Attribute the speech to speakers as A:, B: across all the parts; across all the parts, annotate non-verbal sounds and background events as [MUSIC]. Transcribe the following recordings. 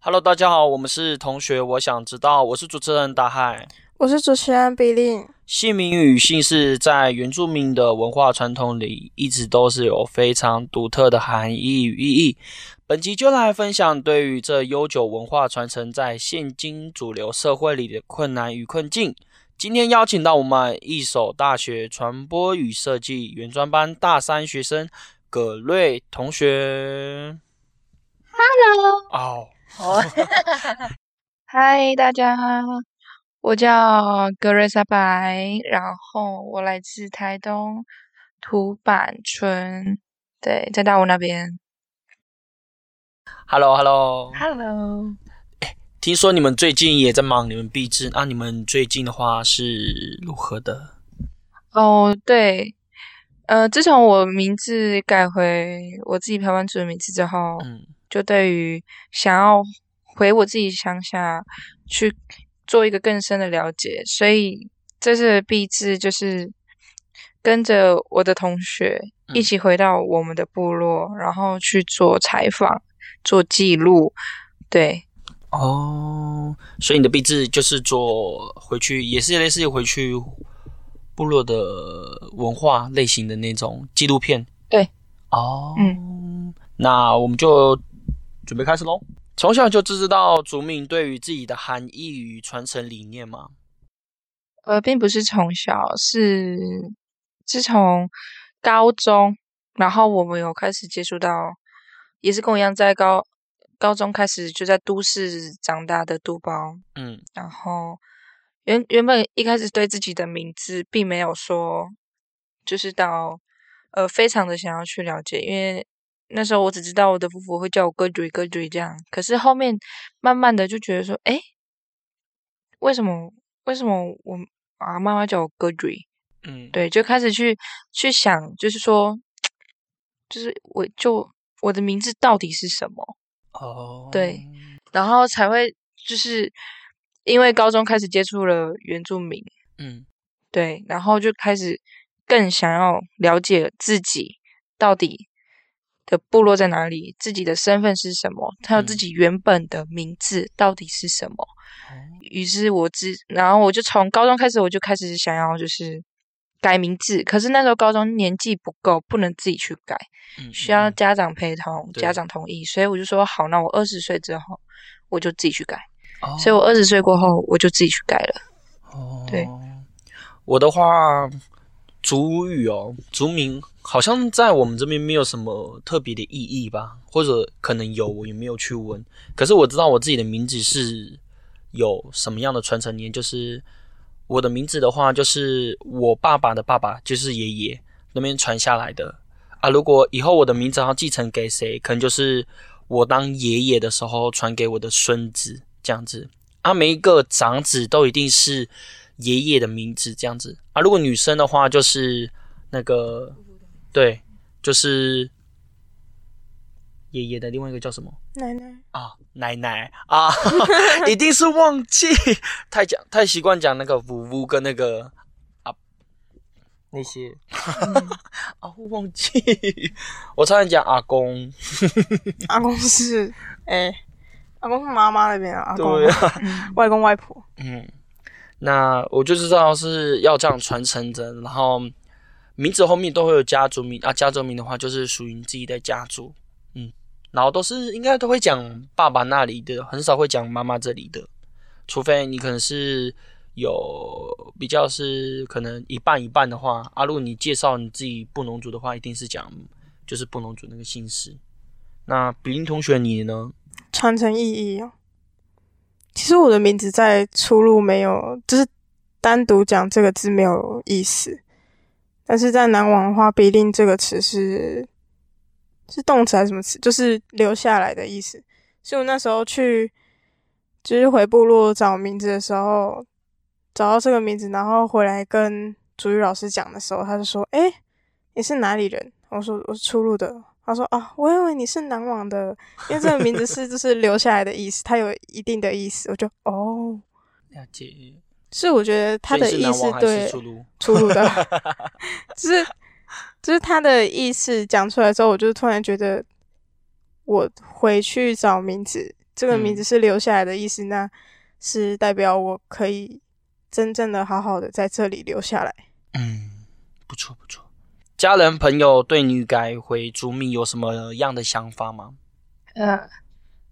A: Hello，大家好，我们是同学，我想知道，我是主持人大海。
B: 我是主持人比利。
A: 姓名与姓氏在原住民的文化传统里，一直都是有非常独特的含义与意义。本集就来分享对于这悠久文化传承在现今主流社会里的困难与困境。今天邀请到我们一所大学传播与设计原专班大三学生葛瑞同学。
C: Hello，
A: 哦，
C: 嗨，大家，我叫格瑞莎白，然后我来自台东土板村，对，在大武那边。
A: h e l l o h e l l o
C: Hello，
A: 听说你们最近也在忙你们毕制，啊那你们最近的话是如何的？
C: 哦，对，呃，自从我名字改回我自己台湾族的名字之后，
A: 嗯，
C: 就对于想要回我自己乡下去做一个更深的了解，所以这次的毕制就是跟着我的同学
A: 嗯
C: 一起回到我们的部落，然后去做采访、做记录，对，
A: 哦，所以你的毕制就是做回去，也是类似于回去部落的文化类型的那种纪录片。
C: 对，
A: 哦，嗯，那我们就准备开始喽。从小就知道族民对于自己的含义与传承理念嘛。
C: 呃，并不是从小，是自从高中，然后我们有开始接触到，也是跟我一样在高高中开始就在都市长大的都包，
A: 嗯
C: 然后原原本一开始对自己的名字并没有说，就是到呃非常的想要去了解，因为那时候我只知道我的夫妇会叫我哥追哥追这样，可是后面慢慢的就觉得说，哎，为什么为什么我啊妈妈叫我哥追？
A: 嗯，
C: 对，就开始去去想，就是说，就是我就我的名字到底是什么？
A: 哦，
C: 对，然后才会就是因为高中开始接触了原住民，
A: 嗯
C: 对，然后就开始更想要了解自己到底的部落在哪里，自己的身份是什么，还有自
A: 嗯哦
C: 己原本的名字到底是什么。于是我自，然后我就从高中开始，我就开始想要就是改名字，可是那时候高中年纪不够，不能自己去改。
A: 嗯，
C: 需要
A: 嗯
C: 家长陪同、
A: 对
C: 家长同意，所以我就说好，那我二十岁之后我就自己去改。
A: 哦
C: 所以我二十岁过后我就自己去改了。
A: 哦，
C: 对，
A: 我的话，族语哦，族名好像在我们这边没有什么特别的意义吧，或者可能有，我也没有去问。可是我知道我自己的名字是有什么样的传承理念，就是我的名字的话，就是我爸爸的爸爸，就是爷爷那边传下来的啊。如果以后我的名字要继承给谁，可能就是我当爷爷的时候传给我的孙子这样子。啊，每一个长子都一定是爷爷的名字这样子啊。如果女生的话，就是那个对，就是爷爷的另外一个叫什么
B: 奶奶，
A: 啊？奶奶啊， [LAUGHS] 一定是忘记太讲太习惯讲那个呜呜跟那个啊那些啊忘记，我差点讲阿公。
B: 阿公
A: [LAUGHS]
B: 是哎、阿公是妈妈那边啊，阿公
A: 对啊，
B: 外公外婆。
A: 嗯，那我就知道是要这样传承着，然后名字后面都会有家族名啊，家族名的话就是属于你自己的家族，嗯，然后都是应该都会讲爸爸那里的，很少会讲妈妈这里的，除非你可能是有比较是可能一半一半的话，啊，如果你介绍你自己布农族的话，一定是讲就是布农族那个姓氏。那比林同学你呢？
B: 传承意义哦。其实我的名字在出入没有，就是单独讲这个字没有意思，但是在南网的话，“比令”这个词是是动词还是什么词？就是留下来的意思。所以我那时候去，就是回部落找名字的时候，找到这个名字，然后回来跟主语老师讲的时候，他就说：“哎、你是哪里人？”我说：“我是出入的。”他说：“啊，我以为你是南网的。”因为这个名字是就是留下来的意思，它有一定的意思。我就哦，
A: 了解，
B: 是我觉得它的
A: 所以
B: 意
A: 你是
B: 思
A: 南王还是
B: 对
A: [LAUGHS] 出炉？
B: 出入的， [LAUGHS] 就是就是它的意思讲出来之后，我就突然觉得，我回去找名字这个
A: 嗯
B: 名字是留下来的意思，那是代表我可以真正的好好的在这里留下
C: [LAUGHS]
B: 来。
A: 嗯，不错不错。家人朋友对你改回族名有什么样的想法吗？
C: 呃，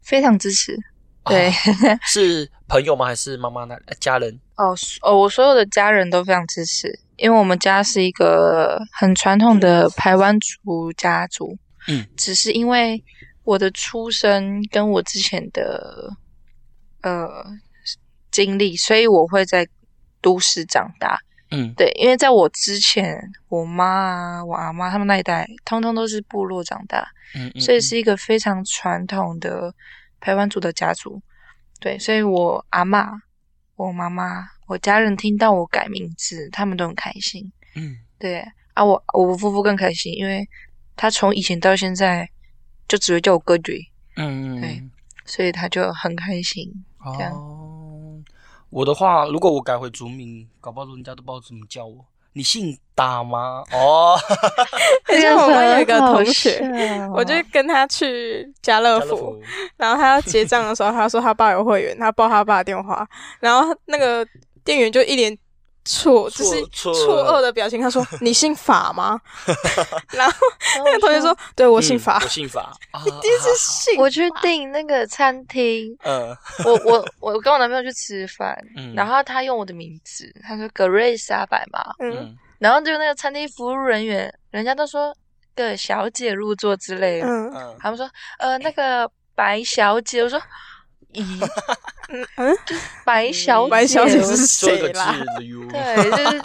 C: 非常支持。对
A: 啊， [LAUGHS] 是朋友吗？还是妈妈那呃家人？
C: 哦哦，我所有的家人都非常支持，因为我们家是一个很传统的台湾族家族。
A: 嗯，
C: 只是因为我的出生跟我之前的呃经历，所以我会在都市长大。
A: 嗯
C: 对，因为在我之前，我妈啊、我阿妈他们那一代，通通都是部落长大。
A: 嗯嗯，
C: 所以是一个非常传统的台湾族的家族。对，所以我阿嬷、我妈妈、我家人听到我改名字，他们都很开心。
A: 嗯
C: 对啊我，我夫妇更开心，因为他从以前到现在就只会叫我哥姐，
A: 嗯嗯，
C: 对所以他就很开 [LAUGHS] 心。这样
A: 哦，我的话，如果我改回族名，搞不好人家都不知道怎么叫我。你姓打吗？哦，
C: 哎
B: 而且我们有一个同学，
C: 很好笑
B: 我就跟他去家乐
A: 家乐
B: 福
A: 福，
B: 然后他要结账的时候，他说他爸有会员，他报他爸的电话，然后那个店员就一脸错，
A: 错
B: 就是
A: 错
B: 错愕的表情，他说：“你姓法吗？”然后那个
C: 啊
B: 同学说：“对，我姓法
A: 嗯我。
B: [LAUGHS]
A: 姓法啊，
B: 一定是姓法，
C: 我去订那个餐厅，
A: 呃，
C: 我我我跟我男朋友去吃饭，
A: 嗯
C: 然后他用我的名字，他说格瑞莎白嘛，
B: 嗯
A: 嗯
C: 然后就那个餐厅服务人员，人家都说个小姐入座之类的，
B: 嗯
A: 嗯，
C: 他们说呃那个白小姐，我说咦
B: 嗯 [LAUGHS] 嗯，
C: 白小姐，
B: 白小姐是
A: 这个
B: 谁啦
A: 字的哟，
C: 对，就是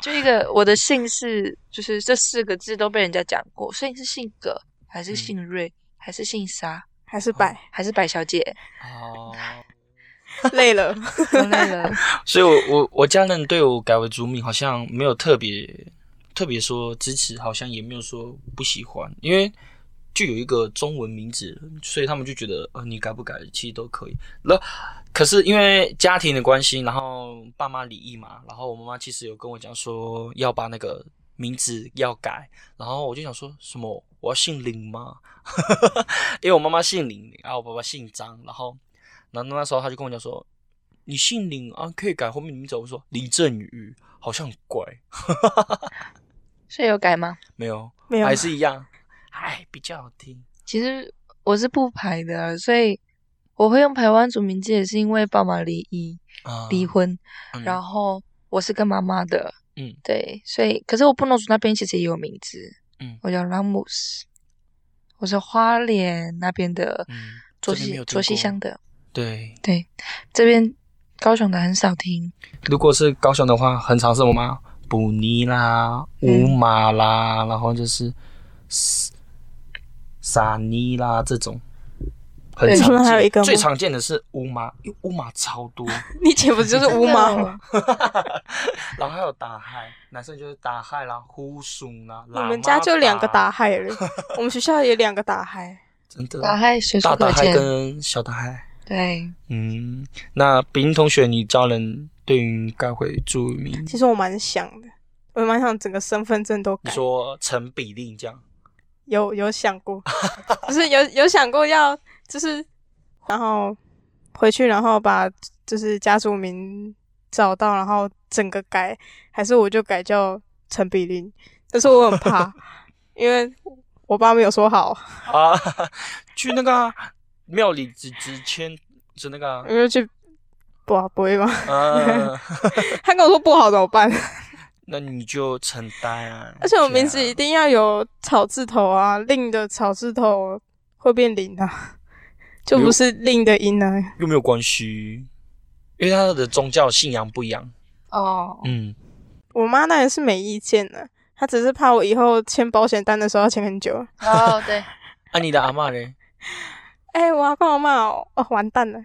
C: 就一个我的姓氏，就是这四个字都被人家讲过，所以你是姓葛还是
B: 嗯
C: 姓瑞、还是姓沙
B: 还是白
C: 还是白小
B: [LAUGHS]
C: 姐？
A: 哦，
B: 累了。
C: 我累了，
A: 所以我，我我家人对我改为族名好像没有特别特别说支持，好像也没有说不喜欢，因为就有一个中文名字，所以他们就觉得呃你改不改其实都可以。那可是因为家庭的关系，然后爸妈离异嘛，然后我妈妈其实有跟我讲说要把那个名字要改，然后我就想说什么我要姓林吗？ [LAUGHS] 因为我妈妈姓林，然后我爸爸姓张，然后然后那时候他就跟我讲说，你姓林啊，可以改后面名字。我说林振宇好像很怪，
C: 所以有改吗？
A: 没有，
B: 没有
A: 还是一样，哎，比较好听。
C: 其实我是不排的啊，所以我会用台湾族名字，也是因为爸妈离异
A: 啊，
C: 离婚。
A: 嗯，
C: 然后我是跟妈妈的，
A: 嗯，
C: 对，所以可是我布农族那边其实也有名字，
A: 嗯
C: 我叫拉姆斯，我是花莲那边的
A: 嗯
C: 卓
A: 这边没
C: 西
A: 有听
C: 卓西
A: 过
C: 乡的，
A: 对，
C: 对，这边高雄的很少听，
A: 如果是高雄的话，很常是我妈补尼啦、乌马啦，然后就是撒撒尼啦这种。很
C: 对
A: 常
B: 你说还有
A: 见
B: 一个吗
A: 最常见的是乌马，因为乌马超多，
B: [LAUGHS] 你姐不是就是乌
C: [LAUGHS]
B: 马吗？
A: [LAUGHS] 然后还有打嗨，男生就是打嗨啦、呼熊啦。
B: [LAUGHS] 我
A: 喇
B: 们
A: 嘛
B: 家就两个打，嗨了，我们学校也两个打嗨。
A: 真的啊
C: 打嗨随
A: 大
C: 处
A: 打
C: 可
A: 嗨
C: 见，
A: 跟小打嗨。
C: 对，
A: 嗯，那丙同学，你家人对于该回注明，
B: 其实我蛮想的，我蛮想整个身份证都
A: 你
B: 改，
A: 说成比例这样，
B: 有有想过， [LAUGHS] 不是有有想过要就是，然后回去然后把就是家族名找到，然后整个改，还是我就改叫陈比林，但是我很怕，因为我爸没有说好，
A: 啊， [LAUGHS] 去那个啊庙里只只签是那个啊
B: 我，就去不好不会吗？ [LAUGHS] 嗯
A: 呃，
B: 他跟我说不好怎么办？ [LAUGHS]
A: 那你就承担啊。
B: 而且我
A: 这样
B: 名字一定要有草字头啊，令的草字头会变零啊， [LAUGHS] 就不是令的音啊。
A: 又没有关系，因为他的宗教信仰不一样。
C: 哦，
A: 嗯，
B: 我妈当然是没意见的，她只是怕我以后签保险单的时候要签很久。
C: 哦，对，
A: 啊，你的阿嬷嘞？
B: 哎、我要跟我妈哦，哦，完
A: [LAUGHS]
B: 蛋了，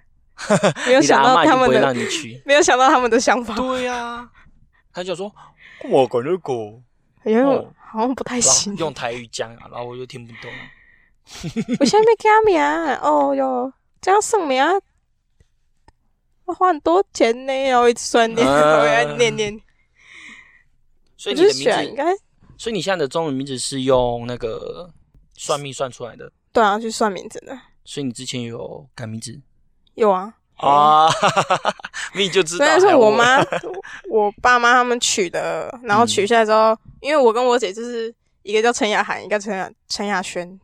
B: 没有
A: 你的
B: 想
A: 阿嬷一
B: 到他
A: 定不
B: 们
A: 会
B: 的，
A: 让你
B: [LAUGHS]
A: 去。
B: 没有想到他们的想法，
A: 对呀、他就说我管那狗，
B: 因为我
A: 哦
B: 好像不太
A: 然后
B: 行。
A: 用台语讲、啊，然后我就听不懂。
B: [LAUGHS] 我下面给他名，哦哟，这样送名，我花很多钱呢，哦然后一直算念，
A: 啊
B: [LAUGHS] 我要念念，
A: 所
B: 我
A: 以你
B: 就
A: 的名
B: 选应
A: 字，
B: 该
A: 所以你现在的中文名字是用那个算命算出来的
B: 对啊，去算名字的。
A: 所以你之前有改名字
B: 有啊，
A: 啊？ [LAUGHS] 哈哈哈你就知道。哎
B: 虽然是
A: 还
B: 我
A: 问 [LAUGHS]
B: 妈、我爸妈他们取的，然后
A: 嗯
B: 取下来之后，因为我跟我姐就是一个叫陈雅涵，一个陈雅陈雅轩，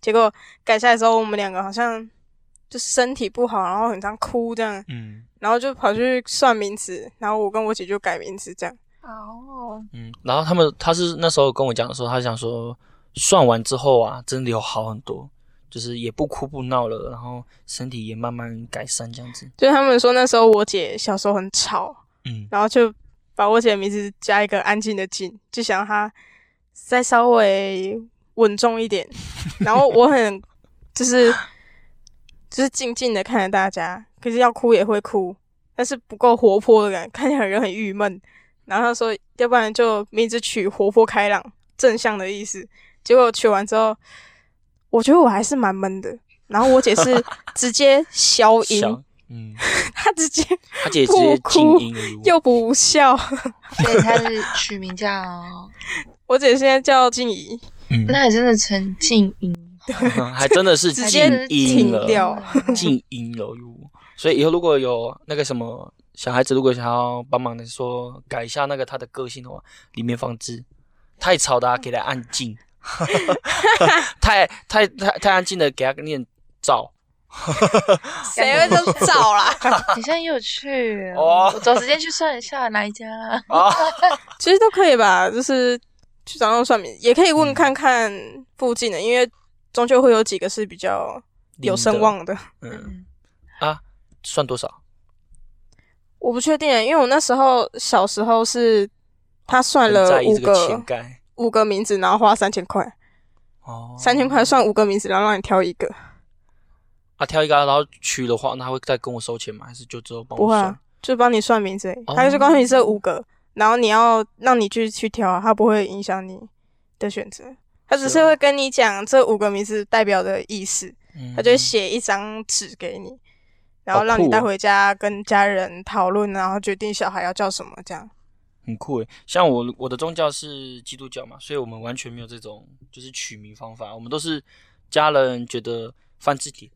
B: 结果改下来之后，我们两个好像就是身体不好，然后很常哭这样，
A: 嗯
B: 然后就跑去算名字，然后我跟我姐就改名字这样。
C: 哦，
A: 嗯，然后他们他是那时候跟我讲说，他想说算完之后啊，真的有好很多，就是也不哭不闹了，然后身体也慢慢改善这样子。
B: 就是他们说那时候我姐小时候很吵，
A: 嗯
B: 然后就把我姐的名字加一个安静的静，就想让她再稍微稳重一点。然后我很就是就是静静的看着大家，可是要哭也会哭，但是不够活泼的感觉，看起来人很郁闷。然后他说，要不然就名字取活泼开朗，正向的意思。结果取完之后，我觉得我还是蛮闷的。然后我姐是直接消
A: 小
B: 音，
A: 嗯，
B: 她直接
A: 他姐直
B: 不
A: 接静
B: 哭
A: 音如
B: 又不笑。
C: 所以他是取名叫，
B: 我姐现在叫静 [LAUGHS] 怡，
A: 嗯，
C: 那也真的陈静音，
A: 还真的是
B: 直
A: 静
B: 接
A: 音了
B: 停，
A: [LAUGHS]
B: 掉
A: 静音了哟。所以以后如果有那个什么小孩子，如果想要帮忙的说改一下那个他的个性的话，里面放置太吵的、啊、给他按静， [LAUGHS] 太太太太安静的给他念照。
B: 谁会这么早啦？
C: 你现在有去
A: 哦
C: 我找时间去算一下哪一家啦。
B: 哦
A: 啊，
B: [LAUGHS] 其实都可以吧，就是去找那种算命，也可以问看看附近的，因为终究会有几个是比较有声望的。
A: 嗯
C: 嗯，
A: 啊，算多
B: [LAUGHS]
A: 少？
B: 我不确定，因为我那时候小时候是他算
A: 很
B: 了
A: 在意
B: 五
A: 这个钱
B: 个
A: 盖
B: 五个名字，然后花三千块，
A: 哦，
B: 三千块算五个名字，然后让你挑一个，
A: 啊，挑一个啊，然后取的话，那他会再跟我收钱吗？还是就之后帮
B: 不
A: 我
B: 会、
A: 算？
B: 啊，就帮你算名字而已，
A: 哦
B: 他就是告诉你这五个，然后你要让你去去挑啊，他不会影响你的选择。他只
A: 是
B: 是
A: 哦
B: 会跟你讲这五个名字代表的意思，
A: 嗯
B: 他就会写一张纸给你，然后
A: 好
B: 让你
A: 酷
B: 带
A: 哦
B: 回家跟家人讨论，然后决定小孩要叫什么这样。
A: 很酷诶，像我我的宗教是基督教嘛，所以我们完全没有这种就是取名方法，我们都是家人觉得翻字典，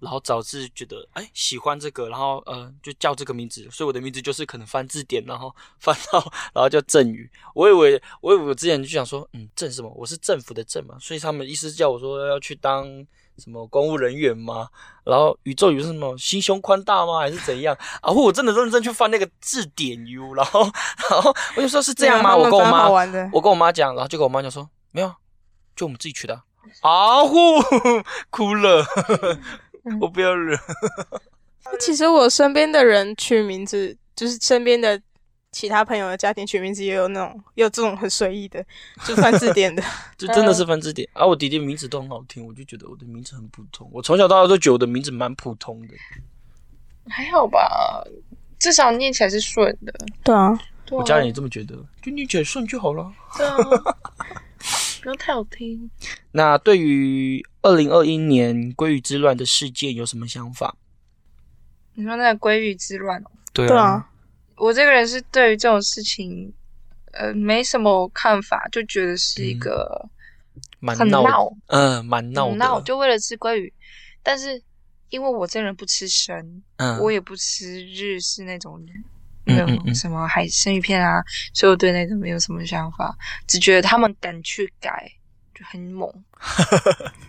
A: 然后找字觉得哎喜欢这个，然后呃就叫这个名字，所以我的名字就是可能翻字典，然后 [LAUGHS] 翻到然后叫郑宇。我以为我以为我之前就想说，嗯，郑什么？我是政府的政嘛，所以他们意思是叫我说要去当什么公务人员嘛，然后宇宙有什么心胸宽大吗？还是怎样？啊，我真的认真去翻那个字典 U，然后然后我就说是这样吗？
B: 对
A: 我
B: 啊他们
A: 跟我
B: 蛮
A: 妈
B: 好玩的，
A: 我跟我妈讲，然后就跟我妈讲说，没有啊，就我们自己取的啊。啊呼，哭了，
B: 嗯
A: 我不要惹。
B: 其实我身边的人取名字，就是身边的其他朋友的家庭取名字也有那种，也有这种很随意的，就翻字
A: [LAUGHS]
B: 典的。
A: 这真的是翻字典啊！我弟弟名字都很好听，我就觉得我的名字很普通。我从小到大都觉得我的名字蛮普通的。
C: 还好吧，至少念起来是顺的。
B: 对啊，
C: 对啊
A: 我家人也这么觉得，就念起来顺就好了。
C: 对啊，不用太好听。
A: 那对于二零二一年鲑鱼之乱的事件有什么想法？
C: 你说那个鲑鱼之乱哦，
A: 对
B: 对啊，
C: 我这个人是对于这种事情，呃，没什么看法，就觉得是一个
A: 嗯蛮
C: 很
A: 闹的
C: 闹，
A: 嗯，蛮闹
C: 很闹，
A: 的。
C: 就为了吃鲑鱼。但是因为我这人不吃生，
A: 嗯，
C: 我也不吃日式那种
A: 嗯
C: 那
A: 嗯
C: 种
A: 嗯
C: 什么海生鱼片啊，所以我对那个没有什么想法，只觉得他们敢去改就很
A: [LAUGHS]
C: 猛，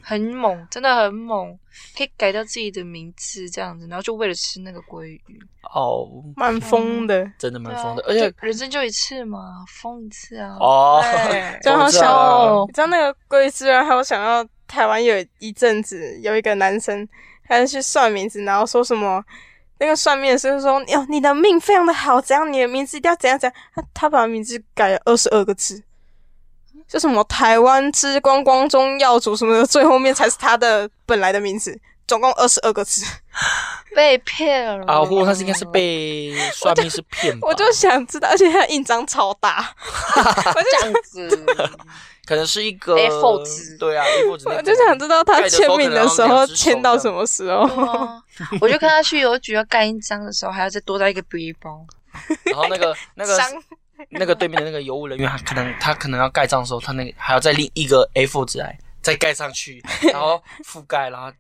C: 很猛，真的很猛，可以改掉自己的名字这样子，然后就为了吃那个鲑鱼，
A: 哦，
B: 蛮疯的，
A: 真的蛮
C: 嗯对啊
A: 疯的，而且
C: 就人生就一次嘛，疯一次啊。
A: 哦 [LAUGHS]
C: 对，
B: 这样好笑
A: 哦
B: 你知道那个龟之然还有想到台湾有一阵子有一个男生，他是去算名字，然后说什么那个算命的师傅说：“哟，你的命非常的好，怎样你的名字一定要怎样怎样。他”他把名字改了二十二个字，就什么台湾之光光宗耀祖什么的，最后面才是他的本来的名字，总共二十二个字。
A: 嗯
C: 被骗了
A: 啊，或者他是应该是
C: [LAUGHS]
A: 被算命是骗吧，
B: 我就想知道，而且他印章超大，
C: 这样子，
A: 可能是一个
C: A4 纸
A: 对啊，A4 纸那种，
B: 我就想知道他签名的时
A: 盖着手指
B: 候
A: 然后两只手
B: 签到什么时候。
C: 对
A: [LAUGHS]
C: 啊我就看他去邮局要盖印章的时候，还要再多带一个背包。
A: 这样，然后那
C: [LAUGHS]
A: 个那个
B: 章
A: 那个对面的那个邮务人员，他可能他可能要盖章的时候，他那个还要再另一个 A4 纸来再盖上去，然后覆盖，然后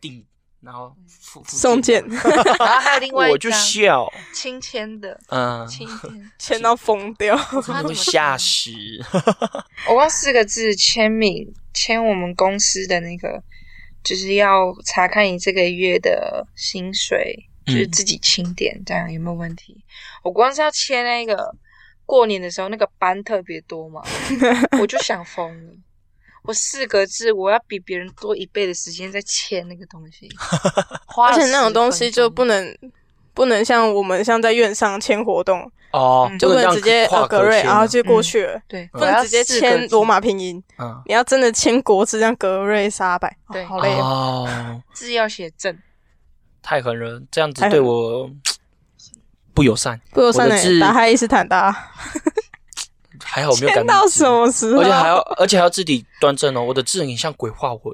A: 弟，然后附附
B: 送
A: 件， [LAUGHS]
B: 件
C: 然后嗯还有另外
A: 我
C: 一
A: 就
C: 张
A: 笑，
C: 亲签的，
A: 嗯，
C: 亲签，
B: 签到疯掉。
A: 他们会吓死，
C: [LAUGHS] 我忘四个字签名，签我们公司的那个，就是要查看你这个月的薪水，就是
A: 嗯
C: 自己清点，这样有没有问题？我光是要签那个过年的时候那个班特别多嘛，我就想疯了。我四个字，我要比别人多一倍的时间在签那个东西，花
B: 而
C: 了
B: 且那
C: 10
B: 种东西
C: 分
B: 就
C: 钟
B: 不能不能像我们像在院上签活动，
A: 哦，
C: 嗯
B: 就
A: 不
B: 不
A: 能让
B: 能直接
A: 跨
B: 呃格
A: 隔
B: 瑞，
A: 签
B: 然
A: 啊
B: 后就过去了，
C: 对，
B: 不
C: 嗯我
B: 能
C: 要
B: 直接
C: 四个
B: 签
C: 字
B: 罗马拼音，
A: 嗯，
B: 你要真的签国字，像格瑞沙百，哦
C: 对
B: 好累哦。
A: 哦，
C: 字要写正，
A: 太狠了，这样子
B: 太狠
A: 对我不友善，
B: 不友善
A: 我的字
B: 的打嗨伊斯坦达，
A: 还好我没有
B: 签
A: 感
B: 到什么啊时候？
A: 而且还要，而且还要字体端正哦。我的字很像鬼画魂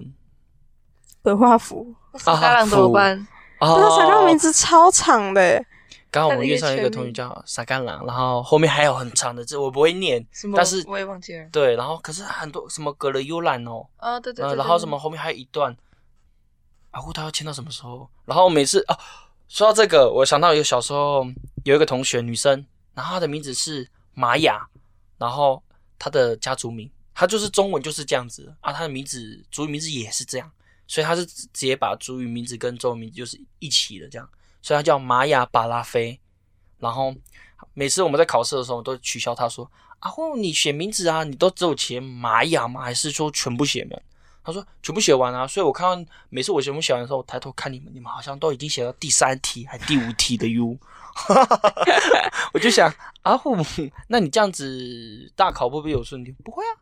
B: 鬼画符，
C: 撒
A: 哈
C: 朗怎么
A: 符
C: 办？
A: 啊！
B: 那才叫名字超长的，欸
A: 刚好我
C: 他
A: 们
C: 的
A: 遇
C: 一个
A: 上一个
C: 全
A: 同学
C: 名
A: 叫撒干郎，然后后面还有很长的字，我不会念
C: 什么，
A: 但是
C: 我也忘记了
A: 对，然后可是很多什么格雷幽兰哦，
C: 啊、对对
A: 呃
C: 对，
A: 然
C: 对
A: 后
C: 对
A: 什么后面还有一段，啊，不，他要签到什么时候？然后每次啊，说到这个，我想到有小时候有一个同学女生，然后她的名字是玛雅，然后她的家族名，她就是中文就是这样子啊，她的名字族语名字也是这样，所以她是直接把族语名字跟中文名字就是一起的这样，所以她叫玛雅巴拉菲。然后每次我们在考试的时候，我都取笑她说：“啊，或你写名字啊，你都只有写玛雅吗？还是说全部写完？”他说全部写完啊，所以我看到每次我全部写完的时候，我抬头看你们，你们好像都已经写到第三题还第五题的 U，我就想啊，虎，那你这样子大考会不会有顺利？不会啊，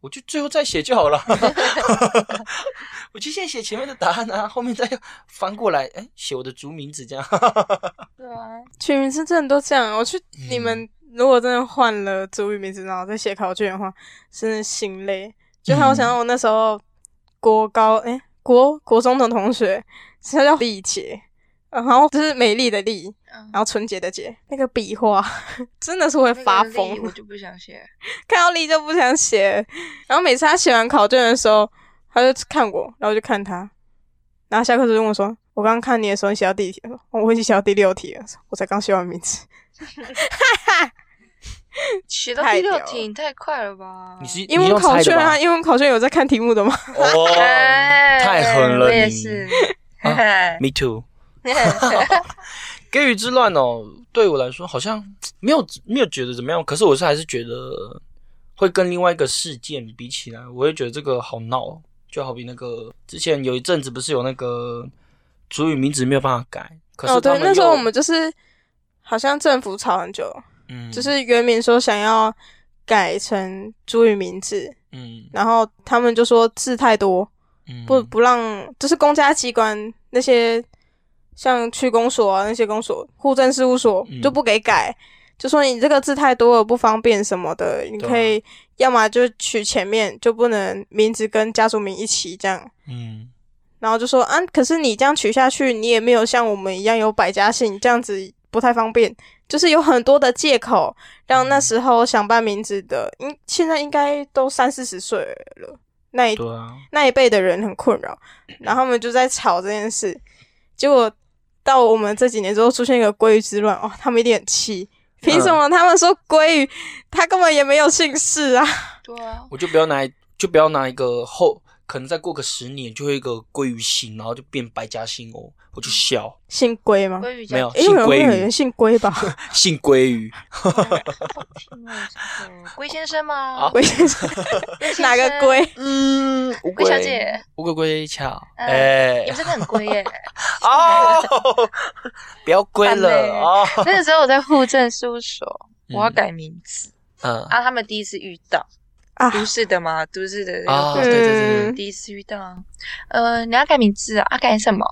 A: 我就最后再写就好了， [LAUGHS] 我就先写前面的答案啊，后面再翻过来，哎，写我的族名字这样， [LAUGHS]
C: 对啊，
B: 取名字真的都这样。啊我去，
A: 嗯
B: 你们如果真的换了主语名字，然后再写考卷的话，真的心累。就还有想到我那时候国高诶、国国中的同学，他叫丽杰，然后就是美丽的丽，
C: 嗯
B: 然后纯洁的洁，那个笔画 [LAUGHS] 真的是会发
C: 那个
B: 疯
C: 力。我就不想写。
B: 看到力就不想写。然后每次他写完考卷的时候，他就看我，然后我就看他，然后下课就问我说：“我刚刚看你的时候，你写到第几题了？”我说我已经写到第六题了，我才刚写完名字。
C: 写到
B: 太
C: 第六
B: 屌
C: 题，
B: 了
C: 你太快了吧？
A: 你是
B: 英文考卷啊，
A: 你
B: 英文考卷有在看题目的吗？
A: 用猜的吧哦，
C: 哎
A: 太狠了
C: 我也
A: 你
C: 是。
A: 啊，Me
B: [LAUGHS]
A: too。给予之乱哦，对我来说好像没有没有觉得怎么样，可是我是还是觉得会跟另外一个事件比起来，我会觉得这个好闹哦，就好比那个之前有一阵子不是有那个主语名字没有办法改，可是
B: 哦，
A: 他
B: 对，
A: 们
B: 那时候
A: 又
B: 我们就是好像政府吵很久，
A: 嗯
B: 就是原民说想要改成朱语名字，
A: 嗯
B: 然后他们就说字太多，
A: 嗯
B: 不不让，就是公家机关那些像区公所啊那些公所、户政事务所
A: 嗯
B: 就不给改，就说你这个字太多了不方便什么的，你
A: 对啊
B: 可以要么就取前面，就不能名字跟家族名一起这样。
A: 嗯
B: 然后就说啊，可是你这样取下去，你也没有像我们一样有百家姓，这样子不太方便。就是有很多的借口，让那时候想办名字的，应现在应该都三四十岁了，那一
A: 对啊，
B: 那一辈的人很困扰，然后他们就在吵这件事。结果到我们这几年之后，出现一个鲑鱼之乱，哦，他们一定很气。
A: 嗯
B: 凭什么他们说鲑鱼，他根本也没有姓氏啊？
C: [LAUGHS] 对啊，
A: 我就不要拿就不要拿一个后，可能再过个十年就会一个鲑鱼姓，然后就变百家姓哦，我就
B: [LAUGHS]
A: 笑，
B: 姓龟吗？
C: 鲑鱼
A: 没有
B: 诶
A: 姓
B: 有人会
A: 鲑
B: 有
A: 鱼
B: 人姓龟
A: [LAUGHS]
B: 吧？
A: 姓鲑鱼，
C: 哦龟先生吗
A: 啊？
B: 龟先生，
C: 龟先
B: 哪个
C: 生？
B: 龟？
A: 嗯，乌
C: 龟小姐，
A: 乌龟龟巧，
C: 嗯
A: 哎、
C: 你们真的很龟耶！ [LAUGHS]
A: 哦，不要龟了
C: 烦欸
A: 哦，
C: 那个时候我在户政事务所，我要改名字
A: 嗯
C: 啊。他们第一次遇到
B: 啊
C: 都市的嘛，都市的
A: 啊，
C: 户
A: 对
C: 政
A: 对
C: 事
A: 对
C: 务所
A: 对，
C: 第一次遇到啊。呃，你要改名字啊？啊，改什么？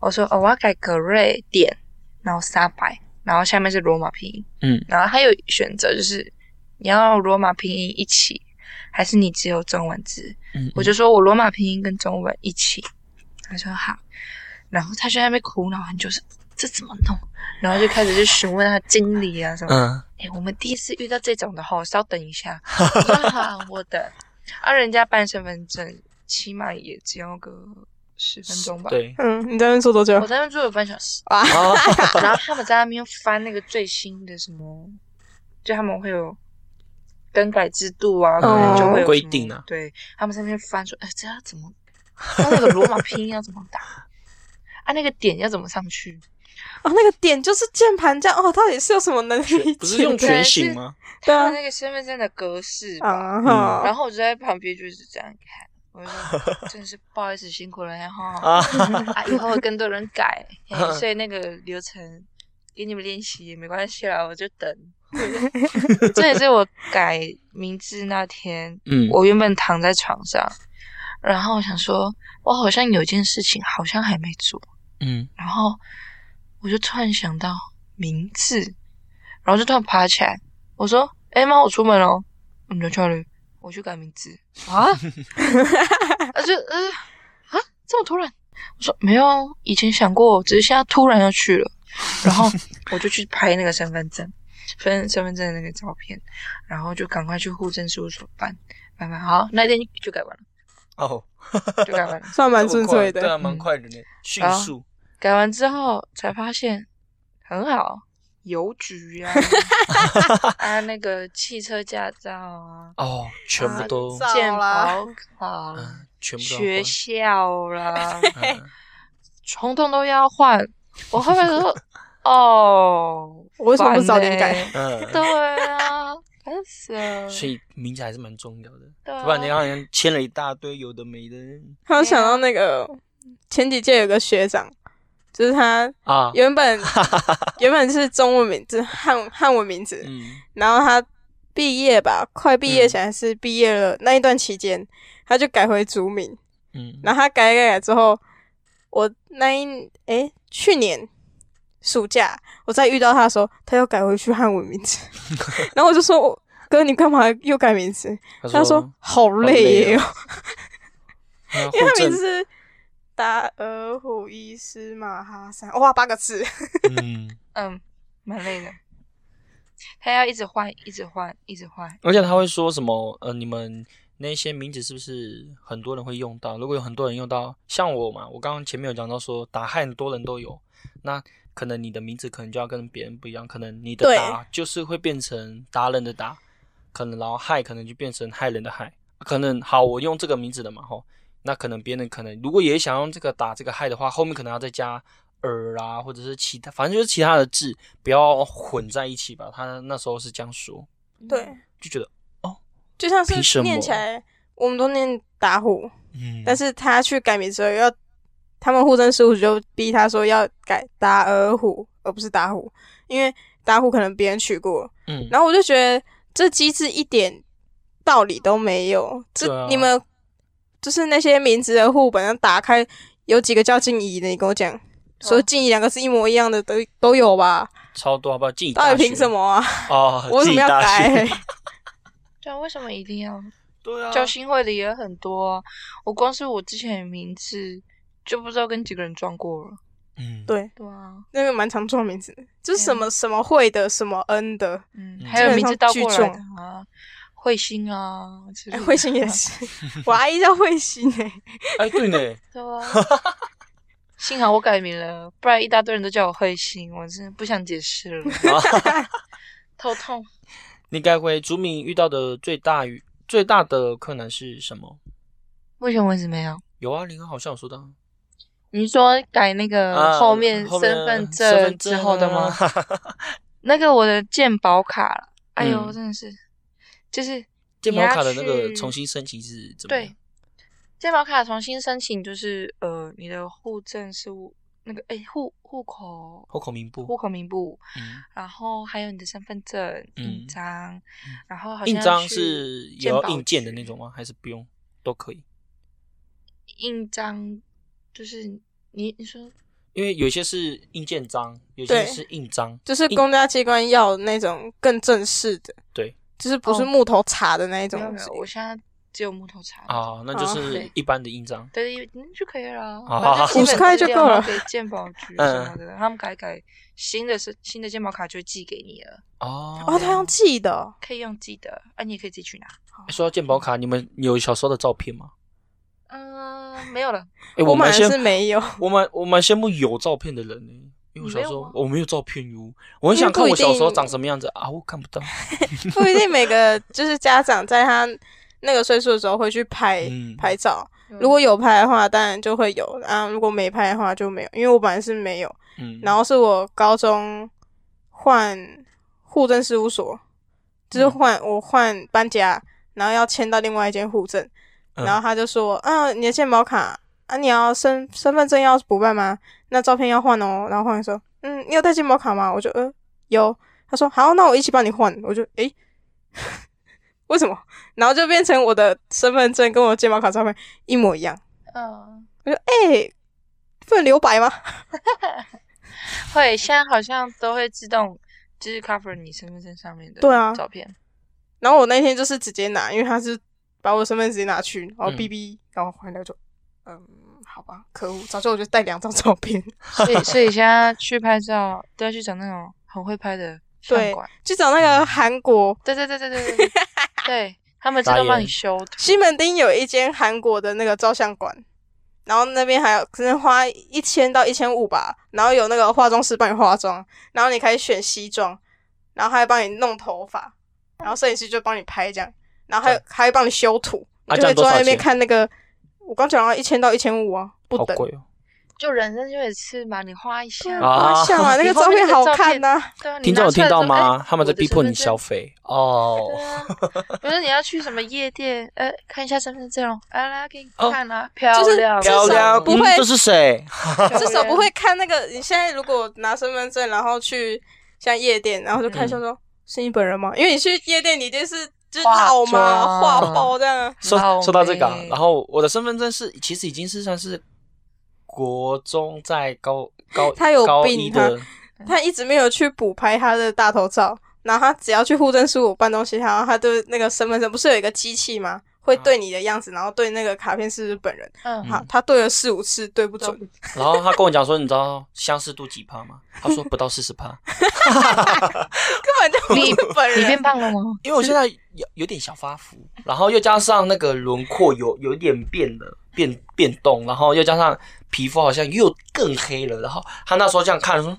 C: 我说哦，我要改格瑞点，然后沙白，然后下面是罗马拼音。
A: 嗯
C: 然后还有选择就是你要罗马拼音一起，还是你只有中文字？
A: 嗯，
C: 我就说我罗马拼音跟中文一起，他说好，然后他就在那边苦恼很久，说这怎么弄？然后就开始就询问他经理啊什么，
A: 嗯
C: 哎、我们第一次遇到这种的吼，稍等
A: [LAUGHS]
C: 一下，我说好，我等，啊，人家办身份证起码也只要个十分钟吧。，
A: 对
B: 嗯，你在那边坐多久
C: 我？在那边住了半小时，
A: 啊，
C: 然后他们在那边翻那个最新的什么，就他们会有更改制度啊，可能就会有
A: 规
C: 什么
A: 定啊
C: 对，他们在那边翻说，哎，这要怎么？他那个罗马拼音要怎么打？ [LAUGHS] 啊，那个点要怎么上去？
B: 哦，那个点就是键盘这样哦，到底是有什么能
C: [LAUGHS]
B: 力？
A: 不是用全形吗？
B: 对啊
C: 他们那个身份证的格式吧，
B: 啊
A: 嗯
B: 哈，
C: 然后我就在旁边就是这样看，我就说真的是不好意思辛苦了然后
A: 啊
C: 啊，以后会更多人改，嘿所以那个流程给你们练习也没关系啦，我就等。 [LAUGHS] 这也是我改名字那天，
A: 嗯，
C: 我原本躺在床上，然后我想说，我好像有件事情好像还没做，
A: 嗯
C: 然后我就突然想到名字，然后就突然爬起来，我说：“哎、妈，我出门了。”嗯你在哪里？我去改名字 [LAUGHS] 啊！啊就呃啊，这么突然？我说没有啊，以前想过，只是现在突然要去了。然后我就去拍那个身份证，分身份证的那个照片，然后就赶快去户政事务所办办办。好，那一天就改完了，
A: 哦，
C: 就改完了。
B: 算蛮顺遂
A: 对
B: 的。
A: 啊，蛮嗯快的呢，迅
C: 然后
A: 速。
C: 改完之后才发现很好，邮局
B: [LAUGHS]
C: 啊，啊那个汽车驾照啊，
A: 哦，全部都
B: 啊照
C: 健
B: 啦
C: 保卡啦，
A: 嗯，全部都要
C: 学校
B: [LAUGHS]
C: 啦，
A: 换嗯
C: 统统都要换。我后面说，哦，
B: 我为什么不早点
C: 烦
A: [LAUGHS]
B: 改
C: 欸？
A: 嗯，
C: [LAUGHS] 对啊，烦死了。
A: 所以名字还是蛮重要的，
C: 对啊
A: 不然你好像签了一大堆有的没的
B: 还有想到那个前几届有个学长，就是他
A: 啊。[LAUGHS]
B: 原本原本是中文名字、汉汉文名字，
A: 嗯，
B: 然后他毕业吧，快毕业
A: 嗯
B: 前还是毕业了那一段期间，他就改回族名。
A: 嗯，
B: 然后他改改改之后，我那一诶去年暑假我再遇到他的时候，他又改回去汉文名 [LAUGHS] 字，然后我就说我。哥，你干嘛又改名字？他说好累耶、 [LAUGHS] 哦，
A: 他说
B: 因为他名
A: 户
B: 字是达尔虎伊斯马哈山，哇，八个字，
A: 政，嗯，
C: 嗯，蛮累的。他要一直换，一直换，一直换。
A: 而且他会说什么？呃，你们那些名字是不是很多人会用到？如果有很多人用到，像我嘛，我刚刚前面有讲到说，打汉很多人都有，那可能你的名字可能就要跟别人不一样，可能你的
B: 对
A: 达就是会变成达人的达，可能然后害可能就变成害人的害，可能好我用这个名字的嘛吼，那可能别人可能如果也想用这个打这个害的话，后面可能要再加。尔啊，或者是其他，反正就是其他的字，不要混在一起吧。他那时候是这样说，
C: 嗯
B: 对，
A: 就觉得
B: 就像
A: 凭什
B: 是
A: 么
B: 念起来，我们都念打虎，
A: 嗯，
B: 但是他去改名之后要，他们户政事务局就逼他说要改达尔虎，而不是打虎，因为打虎可能别人取过。
A: 嗯，
B: 然后我就觉得这机制一点道理都没有，这、
A: 对啊
B: 你们就是那些名字的户本上打开有几个叫静怡的，你跟我讲。
A: 哦
B: 说静怡两个字一模一样的都都有吧？
A: 超多好不好？自己大
B: 到
A: 学
B: 底凭什么啊？
A: 哦，
B: 我为什么要
A: 自己大 [LAUGHS]
B: 改 [LAUGHS]
A: 学？？
C: 对啊，为什么一定要？
A: 对啊，
C: 交心会的也很多、啊，我光是我之前的名字就不知道跟几个人撞过了。
A: 嗯，
B: 对，
C: 对啊，
B: 那个蛮常撞名字的，就
C: 对啊
B: 是什么什么会的，什么恩的，
C: 嗯
A: 嗯，
C: 还有名字倒过
B: 基
C: 来
B: 本上
C: 的啊，彗星啊之类
B: [LAUGHS] 哎，
C: 的
B: 彗星也，是，
A: [LAUGHS]
B: 我阿姨叫彗星哎、
A: 哎，对呢，[LAUGHS]
C: 对啊。幸好我改名了，不然一大堆人都叫我彗星，我真的不想解
A: [LAUGHS]
C: 释了，头痛。
A: 你改回竹敏遇到的最大与最大的困难是什么？
C: 目前为止没有。
A: 有啊，林哥好像有说到
C: 你说改那个
A: 啊
C: 呃后面
A: 后
C: 身份
A: 身份证
C: 证之
A: 啊
C: 后的吗？那个我的健保卡，哎呦，
A: 嗯
C: 真的是，就是
A: [LAUGHS] 健保卡的那
C: 你要
A: 个
C: 去
A: 重新申请是怎么样？
C: 对，健保卡重新申请就是呃，你的户政事务那个哎户户口
A: 户口名簿
C: 户口名簿，
A: 嗯，
C: 然后还有你的身份证
A: 嗯
C: 印章，然后好像
A: 印
C: 要
A: 章
C: 去
A: 是也
C: 健
A: 要
C: 保
A: 印件的那
C: 局
A: 种吗？还是不用都可以？
C: 印章，就是你你说
A: 因为有些是印鉴章，有些
B: 对
A: 是印章，
B: 就是公家机关要那种更正式的，
A: 对
B: 就是不是木头茶的那一种
C: 哦没有
B: 东
C: 没
B: 西
C: 有，。我现在只有木头茶。
A: 啊，那就
B: 哦
A: 是
C: 对
A: 一般的印章。
C: 对，嗯就可以了
A: 好 [LAUGHS]
C: 啦。
A: 好
C: 反正基本
B: 50块就
C: 资料
B: 够了
C: 给
A: [LAUGHS]
C: 鉴宝局
A: 嗯
C: 什么的，他们改改新的是新的鉴宝卡就会寄给你了，
A: 哦
B: 哦，他用记
A: [LAUGHS]
B: 的哦、
C: 可以用寄的，啊，你也可以自己去拿。
A: 说到鉴宝卡，你们有小时候的照片吗？
C: 嗯，没有了。
A: 哎，
B: 我
A: 蛮
B: 买的
A: 羡
B: 是没有，
A: [LAUGHS] 我蛮我蛮羡慕有照片的人呢、因为我小时
C: 没有
A: 候
C: 吗
A: 我没有照片哟，我很想看
B: 啊因为
A: 我
B: 不一定
A: 小时候长什么样子啊，我看不
B: [LAUGHS]
A: 到。
B: 不一定每个就是家长在他那个岁数的时候会去拍、
A: 嗯
B: 拍照。如果有拍的话，当然就会有啊；如果没拍的话就没有，因为我本来是没有。
A: 嗯，
B: 然后是我高中换户政事务所，
A: 嗯
B: 就是换、我换搬家，然后要迁到另外一间户政，
A: 嗯
B: 然后他就说：“啊，你的健保卡啊，你要身身份证要补办吗？那照片要换哦。”然后换说：“嗯，你有带健保卡吗？”我就嗯有。他说：“好，那我一起帮你换。”我就诶。 [LAUGHS] 为什么？然后就变成我的身份证跟我健保卡照片一模一样。
C: 嗯，
B: 我就诶，不能留白吗？
C: 会，现在好像都会自动就是 cover 你身份证上面的
B: 对啊
C: 照片。
B: 然后我那天就是直接拿，因为他是把我身份直接拿去，然后
A: 嗯
B: B B，、然后回来就，嗯，好吧，可恶，早知道我就带两张照片， [LAUGHS]
C: 所以所以现在去拍照都要去找那种很会拍的相
B: 对
C: 馆。
B: 去找那个韩国
C: 对对对对对
B: [LAUGHS]
C: 对对，对他们自动帮你修图。
B: 西门町有一间韩国的那个照相馆，然后那边还有可能花一千到一千五吧，然后有那个化妆师帮你化妆，然后你可以选西装，然后还帮你弄头发，然后摄影师就帮你拍这样，然后还有还会帮你修图，
A: 啊
B: 你就
A: 这样
B: 会
A: 多
B: 坐
A: 少
B: 在那边
A: 钱
B: 看那个，我刚讲了一千到一千五啊，不
A: 好
B: 等。
A: 贵哦，
C: 就人生就一次嘛，你花一下
A: 啊
B: 啊，
A: [LAUGHS]
B: 笑
C: [LAUGHS]
B: 啊，那个照片好看呐、
C: 对啊，你
A: 听众
C: 拿
A: 有
C: 出
A: 听
C: 来
A: 到
C: 之后
A: 吗
C: 哎？
A: 他们在
C: 我的
A: 逼迫
C: 身
A: 你
C: 份证
A: 消费哦。
C: 对啊，
A: [LAUGHS]
C: 比如说你要去什么夜店，呃，看一下身份证哦，啊，来给你看啊，漂
B: 就是
C: 亮，
B: 至少
A: 漂亮，
B: 不会
A: 嗯这是谁？
C: 漂亮
B: 至少不会看那个。你现在如果拿身份证，然后去像夜店，然后就看
C: 嗯
B: 一下说、是你本人吗？因为你去夜店，你一定是就是老嘛，
C: 化
B: 画
C: 妆
B: 爆这样啊。
A: [LAUGHS] 说
C: 老
A: 说到这个啊、
C: 妹
A: 然后我的身份证是其实已经是算是国中在高高
B: 他有
A: 高
B: 病
A: 一的，
C: 嗯
B: 他一直没有去补拍他的大头照，然后他只要去户政事务办东西，然后他对那个身份证不是有一个机器吗？会对你的样子，然后对那个卡片是不是本人？
C: 嗯，
B: 好，他对了四五次，对不准。
A: 然后他跟我讲说，你知道相似度几趴吗？他说不到四十趴，
B: 根本就不
C: 你
B: 是本人。
C: 你变胖了吗？
A: 因为我现在有有点小发福，然后又加上那个轮廓有有点变了，变变动，然后又加上皮肤好像又更黑了，然后他那时候这样看说：“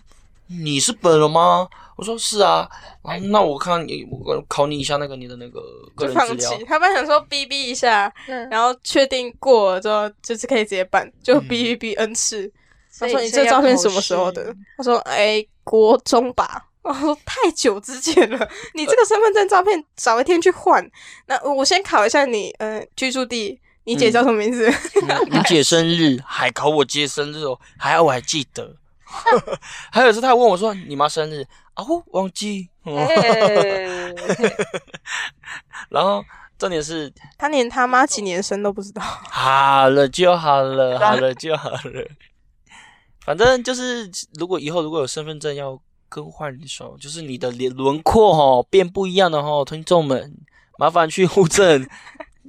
A: 你是本人吗？”我说：“是啊。”啊，那我看你，我考你一下那个你的那个个人
B: 就
A: 资
B: 放
A: 料
B: 弃。。他本来想说逼逼一下，
C: 嗯，
B: 然后确定过了之后，就是可以直接办，就
A: 嗯
B: 逼逼逼 n 次。
C: 所以
B: 他说：“你
C: 所以
B: 这
C: 要
B: 照片
C: 口
B: 什么时候
C: 试
B: 的？”他说：“哎，国中吧。”我说：“太久之前了，你这个身份证照片早一天去换。那我先考一下你，呃，居住地，你
A: 嗯
B: 姐叫什么名字？ [LAUGHS]
A: 你你姐生日还考我姐生日哦，还好我还记得。 [LAUGHS] 还有一次他还问我说：“你妈生日啊？”我忘记。嗯
C: [LAUGHS] 哎，
A: 然后重点是
B: 他连他妈几年生都
C: [LAUGHS]
B: 不知道。
A: 好了就好了，好了就好了。反正就是，如果以后如果有身份证要更换的时候，就是你的脸轮廓哦变不一样的哦，听众们麻烦去户政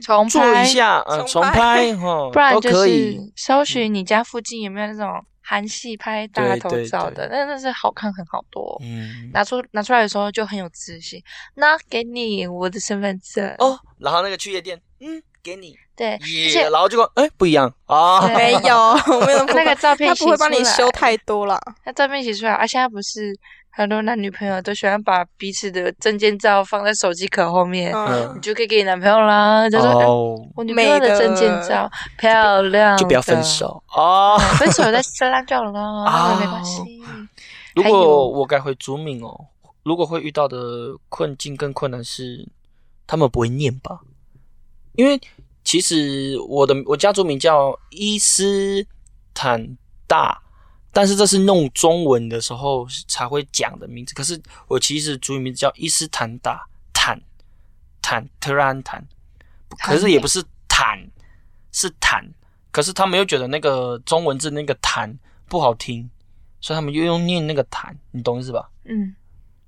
C: 重
A: 做
C: 拍
A: 一，下，嗯、重
B: 重
A: 拍哦，
C: [LAUGHS] 不然
A: 都
C: 就
A: 可以。嗯
C: 是搜寻你家附近有没有那种韩系拍大
A: 对
C: 头
A: 对
C: 照
A: 对
C: 的，那那是好看很好多。
A: 嗯，
C: 拿出拿出来的时候就很有自信。那给你我的身份证
A: 哦，然后那个去夜店，嗯，给你，
C: 对，而
A: 耶、
C: 且
A: 然后结果哎不一样啊，
C: 对
B: 没有，我没有
C: 那个照片
B: 他不会帮你
C: 洗出来
B: 修太多啦。
C: 那照片洗出来啊，现在不是很多男女朋友都喜欢把彼此的证件照放在手机壳后面，
B: 嗯
A: 嗯
C: 你，就可以给你男朋友啦。就说、哎
A: 哦，
C: 我女朋友的证件照漂亮
A: [LAUGHS] 就不要分
C: 的，
A: 手啊。
C: 啊分手再商量就好了，那个
A: [LAUGHS]
C: 没
A: 哦
C: 关系。
A: 如
C: 还有
A: 果我改回族名哦，如果会遇到的困境跟困难是，他们不会念吧？因为其实我的我家族名叫伊斯坦大，但是这是弄中文的时候才会讲的名字。可是我其实族语名字叫伊斯坦大坦坦特安坦，可是也不是坦，是坦。可是他们又觉得那个中文字那个坦不好听，所以他们就用念那个弹，你懂意思吧？
C: 嗯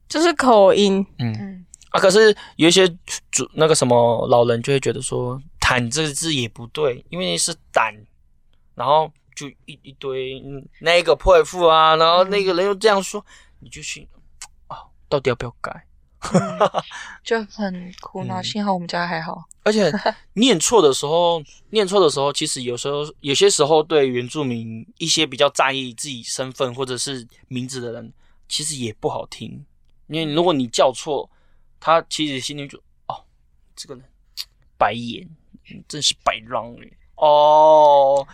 B: 就是口音，
A: 嗯
C: 嗯，
A: 啊，可是有一些主那个什么老人就会觉得说“坦”这个字也不对，因为是胆，然后就一一堆、嗯、那个泼妇啊，然后那个人又这样说，你就去啊，到底要不要改？
C: 就很苦恼。
A: 嗯
C: 幸好我们家还好，
A: 而且念错的时候，念错的时候，其实有时候有些时候对原住民一些比较在意自己身份或者是名字的人，其实也不好听。因为如果你叫错，他其实心里就哦，这个人白眼，嗯真是白让哎哦，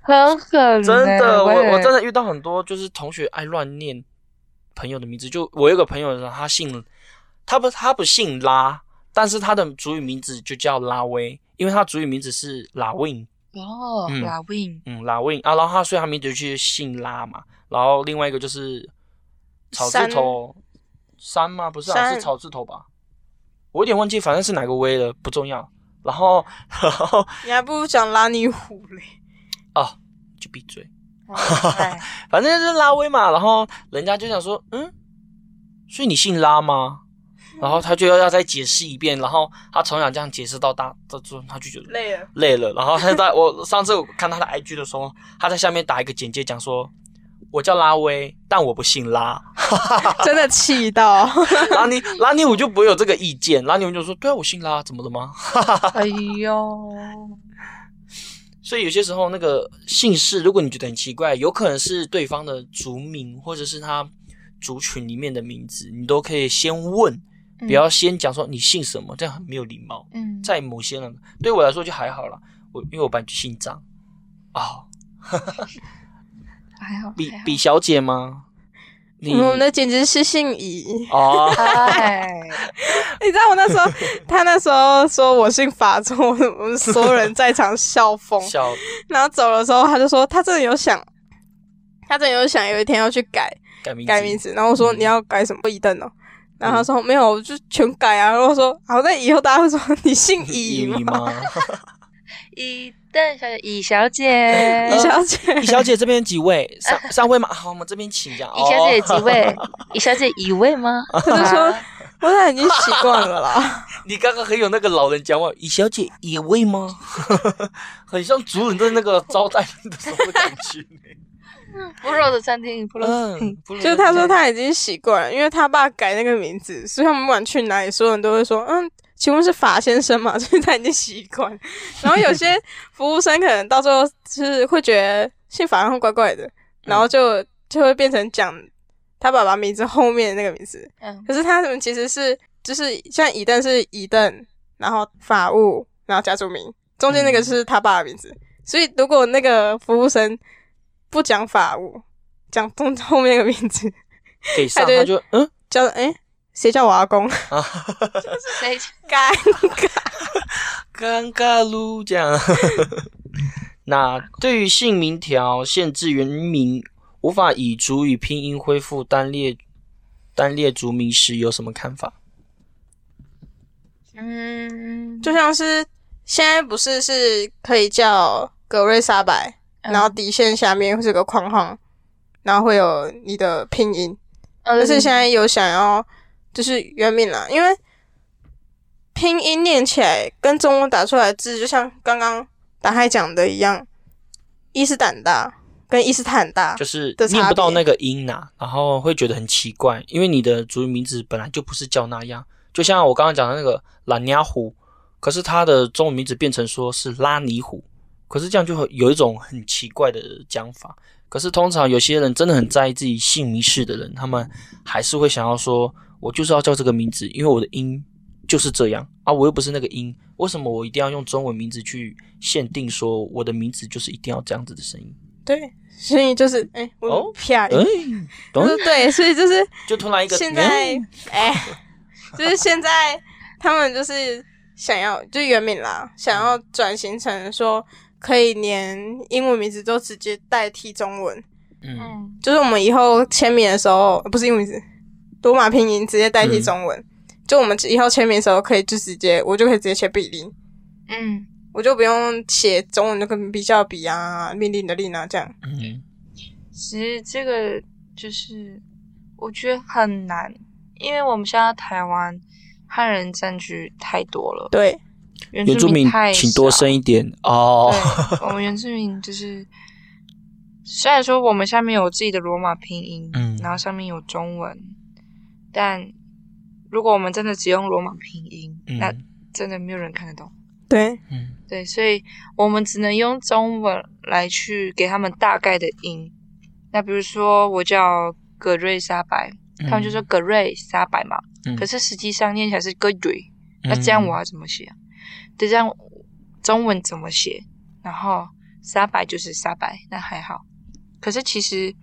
C: 很狠、欸，
A: 真的，我我真
C: 的
A: 的遇到很多就是同学爱乱念朋友的名字，就我有一个朋友，他姓他不他不姓拉，但是他的主语名字就叫拉威，因为他主语名字是拉 win，
C: 哦
A: 嗯，[LAUGHS]
C: 拉 win
A: 嗯，拉 win 啊，然后他所以他名字就是姓拉嘛，然后另外一个就是草字头山吗？不是、啊，
B: 山
A: 是草字头吧？我有点忘记，反正是哪个威了，不重要。然后， [LAUGHS] 然后
B: 你还不如讲拉尼虎嘞。
A: 哦，就闭嘴。
C: 哎
A: 反正就是拉威嘛，然后人家就想说，嗯，所以你姓拉吗？然后他就要要再解释一遍，然后他从小这样解释到大，到最后他就觉得
B: 累了， [LAUGHS]
A: 累了。然后他在我上次我看他的 IG 的时候，他在下面打一个简介讲说，我叫拉威，但我不姓拉。
B: 真的气到。
A: 拉尼拉尼我就不会有这个意见，拉尼我就说，对啊，我姓拉，怎么了吗？
C: 哎呦，
A: 所以有些时候那个姓氏，如果你觉得很奇怪，有可能是对方的族名或者是他族群里面的名字，你都可以先问，
C: 嗯
A: 不要先讲说你姓什么，这样很没有礼貌。
C: 嗯，
A: 在某些人对我来说就还好啦，我因为我本来就姓张啊、
C: 还好，
A: 比
C: 还好，
A: 比小姐吗？你
B: 我们的简直是姓乙。
A: 哦
C: 哎，
B: [LAUGHS] 你知道我那时候，他那时候说我姓法中，我我们所有人在场笑疯。
A: 小
B: 然后走的时候，他就说他真的有想，他真的有想有一天要去改
A: 改名
B: 改名字。然后我说
A: 嗯
B: 你要改什么乙等哦？然后他说没有，我就全改啊。然后我说好，那以后大家会说 [LAUGHS] 你姓乙
A: 乙
B: 吗？
A: 吗？ [LAUGHS]
C: 乙邓小姐，乙小姐，
B: 乙小姐， [LAUGHS]
A: 乙小姐这边几位？三三位吗？好，我们这边请讲。
C: 乙小姐有
A: [LAUGHS] 哦
C: 几位？乙小姐一
A: [LAUGHS]
C: 位吗？啊他
B: 就
C: [LAUGHS]
B: 说我现在已经习惯了啦。
A: 你刚刚很有那个老人讲话，乙小姐野味吗？ [LAUGHS] 很像主人在那个招待的时候的感觉。
C: 不肉的餐厅，不肉的
A: 嗯
C: 餐厅，，
A: 不如
B: 就是他说他已经习惯了，因为他爸改那个名字，所以他们不管去哪里，所有人都会说嗯。请问是法先生吗？ [LAUGHS] 所以他已经习惯了。然后有些服务生可能到最后就是会觉得姓法好像怪怪的，然
A: 嗯
B: 后就就会变成讲他爸爸名字后面的那个名字。
C: 嗯，
B: 可是他们其实是就是像乙邓是乙邓，然后法务，然后家族名，中间那
C: 嗯
B: 个是他爸的名字。所以如果那个服务生不讲法务，讲中后面那个名字，
A: 给上，
B: 他
A: 他
B: 就
A: 就嗯
B: 叫诶谁叫我阿公？ [LAUGHS]
A: 啊，
C: 谁？
B: 该
A: 尴尬噜这样。 [LAUGHS] 那对于姓名条限制原名无法以主语拼音恢复单列单列族名时，有什么看法？
C: 嗯，
B: 就像是现在不是是可以叫格瑞莎白，
C: 嗯
B: 然后底线下面会是个框框，然后会有你的拼音。
C: 而
B: 但
A: 嗯
B: 是现在有想要就是原名啦，因为拼音念起来跟中文打出来的字，就像刚刚打开讲的一样，伊斯坦大跟伊斯坦大
A: 就，是
B: 的差别
A: 念不到那个音呐、然后会觉得很奇怪，因为你的族语名字本来就不是叫那样。就像我刚刚讲的那个懒尼虎，可是它的中文名字变成说是拉尼虎，可是这样就会有一种很奇怪的讲法。可是通常有些人真的很在意自己姓名氏的人，他们还是会想要说，我就是要叫这个名字，因为我的音就是这样啊，我又不是那个音，为什么我一定要用中文名字去限定说我的名字就是一定要这样子的声音？
B: 对，所以就是哎、我
A: 哦
B: 啪，
A: 哎、懂
B: 就是对，所以就是
A: 就突然一个
B: 现在
A: 嗯
B: 哎、就是现在他们就是想要就是原名啦，想要转型成说可以连英文名字都直接代替中文。
A: 嗯，
C: 嗯，
B: 就是我们以后签名的时候，呃不是英文字，罗马拼音直接代替中文。就我们以后签名的时候，可以就直接，我就可以直接写比例，
C: 嗯，
B: 我就不用写中文那个比较比啊、命令的令啊这样。
A: 嗯，
C: 其实这个就是我觉得很难，因为我们现在台湾汉人占据太多了，
B: 对，
A: 嗯
C: 原
A: 原住民
C: 太
A: 请多
C: 少
A: 生一点哦。
C: 对，我们原住民就是，虽然说我们下面有自己的罗马拼音，
A: 嗯
C: 然后上面有中文，但如果我们真的只用罗马拼音，
A: 嗯
C: 那真的没有人看得懂。
B: 对，
A: 嗯，
C: 对，所以我们只能用中文来去给他们大概的音。那比如说我叫葛瑞莎白，他们就说葛瑞莎白嘛，
A: 嗯
C: 可是实际上念起来是葛瑞，那这样我要怎么写啊？对，这样中文怎么写？然后沙白就是沙白，那还好。可是其实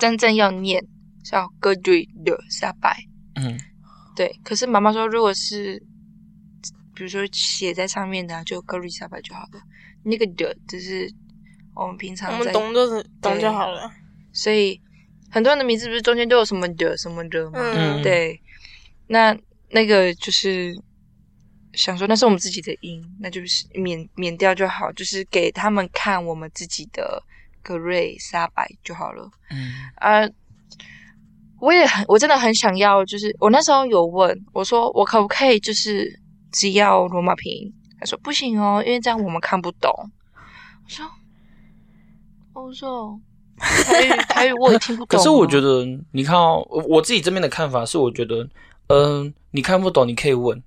C: 真正要念是要哥瑞的沙白，
A: 嗯
C: 对。可是妈妈说，如果是比如说写在上面的啊、就哥瑞沙白就好了。那个的就是我们平
B: 我
C: 常
B: 们
C: 在，
B: 懂就是懂就好了。
C: 所以很多人的名字不是中间都有什么的什么的吗？
B: 嗯，
C: 对，那那个就是想说，那是我们自己的音，那就是免免掉就好，就是给他们看我们自己的格瑞沙白就好了。
A: 嗯
C: 啊，我也很，我真的很想要，就是我那时候有问我说，我可不可以就是只要罗马拼音？他说不行哦，因为这样我们看不懂。我说，我说。台语，台语我也听不懂
A: 可
C: 啊。
A: 是我觉得，你看哦，我我自己这边的看法是，我觉得，嗯、你看不懂你可以问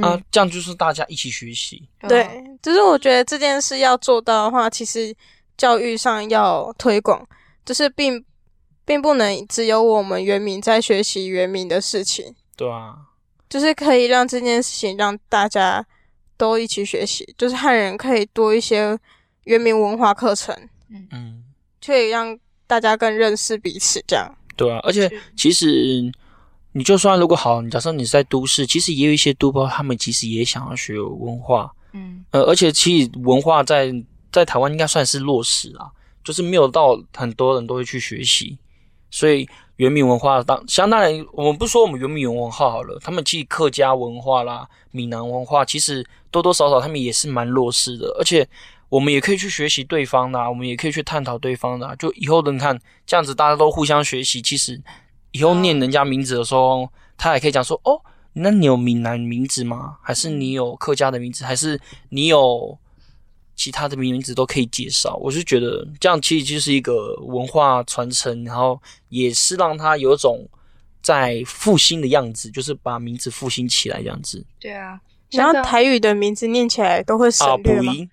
A: 啊
C: 哦
B: 嗯，，
A: 这样就是大家一起学习。
C: 对啊，
B: 对，就是我觉得这件事要做到的话，其实教育上要推广，就是并并不能只有我们原民在学习原民的事情，
A: 对啊，
B: 就是可以让这件事情让大家都一起学习，就是汉人可以多一些原民文化课程，
A: 嗯。
B: 可以让大家更认识彼此，这样。
A: 对啊，而且
C: 是
A: 其实你就算如果好，你假设你是在都市，其实也有一些都包，他们其实也想要学文化，
C: 嗯，
A: 呃，而且其实文化在在台湾应该算是弱势啊，就是没有到很多人都会去学习，所以原民文化当相当然，我们不说我们原民文化好了，他们其实客家文化啦、闽南文化，其实多多少少他们也是蛮弱势的，而且。我们也可以去学习对方的、啊，我们也可以去探讨对方的、啊。就以后的你看，这样子大家都互相学习，其实以后念人家名字的时候，他也可以讲说：“哦，那你有闽南名字吗？还是
B: 嗯
A: 你有客家的名字？还是你有其他的名字都可以介绍？”我是觉得这样其实就是一个文化传承，然后也是让他有种在复兴的样子，就是把名字复兴起来这样子
C: 对啊。
B: 然
C: 香
B: 后
C: 港
B: 台语的名字念起来都会省
A: 啊，补
B: 略吗？
A: 一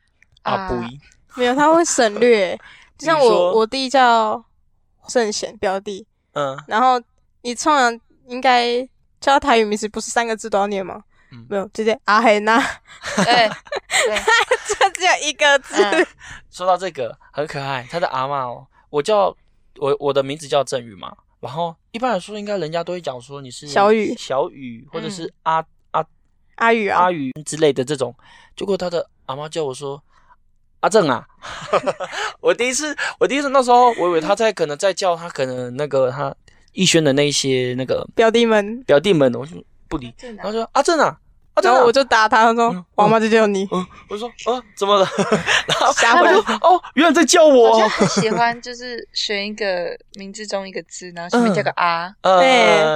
A: 啊，补
C: 啊
A: 一
B: 没有，他会
A: [LAUGHS]
B: 省略。就像
A: 比如说
B: 我我弟叫圣贤表弟，
A: 嗯
B: 然后你通常应该叫他台语名字，不是三个字都要念吗？
A: 嗯
B: 没有，直接阿黑 [LAUGHS] 那，
C: 对对，
B: 这只有一个字。
C: 哎嗯
A: 说到这个很可爱，他的阿嬷哦，我叫我我的名字叫郑宇嘛，然后一般来说应该人家都会讲说你是
B: 小雨
A: 小雨或者是
C: 嗯
A: 阿、
B: 阿宇啊，
A: 阿宇之类的这种，结果他的阿妈叫我说阿正
C: [LAUGHS]
A: 啊， [LAUGHS] 我第一次我第一次那时候我以为他在可能在叫他可能那个他逸轩的那些那个
B: 表弟们，
A: 表弟们，我就不理，
C: 真的
A: 然后说阿正啊阿正
B: 然
A: 啊，
B: 后我就打他，他
A: 嗯
B: 说：“王妈，这就有你。
A: 嗯，我说啊怎么了， [LAUGHS] 然后
B: 吓
A: 我
B: 坏
A: 就
B: 了
A: 哦原来在叫
C: 我就
A: 我，
C: 很喜欢，就是选一个名字中一个字，然后前面
B: 嗯
C: 加个啊，
A: 呃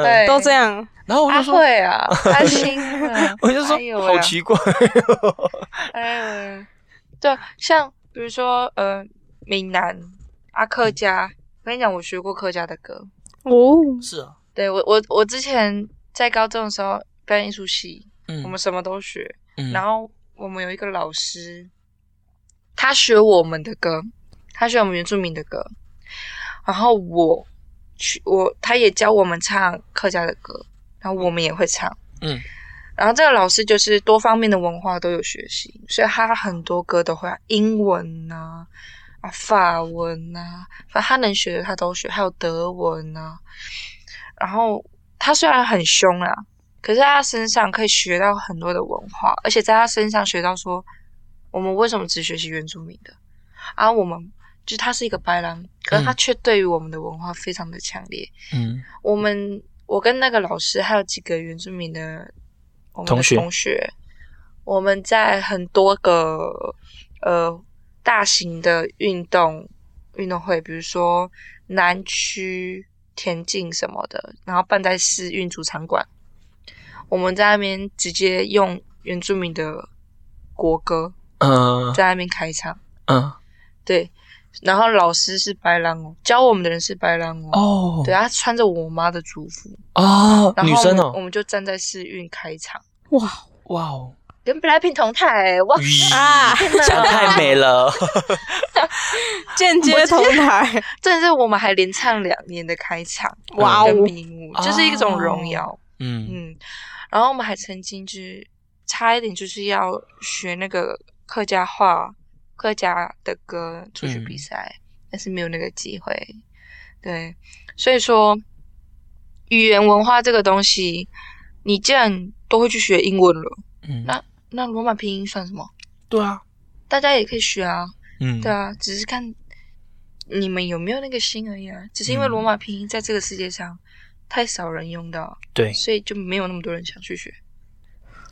C: 对
B: 都这样，
A: 然后我
C: 阿
A: 就说。
C: 慧啊，
A: [LAUGHS]，
C: 阿星啊
A: 我就说、
C: 哎呦喂
A: 好
C: 啊， [LAUGHS]
A: 奇怪，
C: 哎呦喂，对，啊像比如说呃，闽南阿客家，我跟你讲，我学过客家的歌，
B: 哦，
A: 是啊，
C: 对我我我之前在高中的时候表演艺术系，
A: 嗯
C: 我们什么都学，
A: 嗯
C: 然后我们有一个老师，他学我们的歌，他学我们原住民的歌，然后我去我他也教我们唱客家的歌，然后我们也会唱，
A: 嗯，
C: 然后这个老师就是多方面的文化都有学习，所以他很多歌都会啊，英文呐、啊，法文呐、反正他能学的他都学，还有德文呐、然后他虽然很凶啊，可是在他身上可以学到很多的文化，而且在他身上学到说，我们为什么只学习原住民的啊？我们就是他是一个白狼，可是他
A: 嗯
C: 却对于我们的文化非常的强烈。
A: 嗯
C: 我们我跟那个老师还有几个原住民的我们的
A: 同学
C: 同学，我们在很多个呃大型的运动运动会，比如说南区田径什么的，然后办在市运主场馆，我们在那边直接用原住民的国歌
A: 嗯
C: 在那边开场，
A: 嗯
C: 对，然后老师是白狼哦，教我们的人是白狼哦。
A: 哦
C: 对，他穿着我妈的族服，
A: 哦，
C: 然
A: 女
C: 后我
A: 生
C: 们我
A: 哦，
C: 们就站在试运开场，
B: 哇，
A: 哇哦，
C: 跟 BLACKPINK 同台、哇！
A: 咦
B: 啊，
C: 天哪
A: 想嗯太美
C: [LAUGHS]
A: 了，
B: 间接同台，
A: 嗯
C: 这是我们还连唱两年的开场，
B: 哇哦
C: 跟！冰舞，
A: 啊
C: 就是一种荣耀。
A: 嗯，
C: 嗯，然后我们还曾经就是差一点就是要学那个客家话、客家的歌出去比
A: 嗯
C: 赛，但是没有那个机会。对，所以说语言文化这个东西，你既然都会去学英文了，
A: 嗯
C: 那罗马拼音算什么？
A: 对啊，
C: 大家也可以学啊，
A: 嗯，
C: 对啊，只是看你们有没有那个心而已啊。只是因为罗
A: 嗯
C: 马拼音在这个世界上太少人用到，
A: 对，
C: 所以就没有那么多人想去学。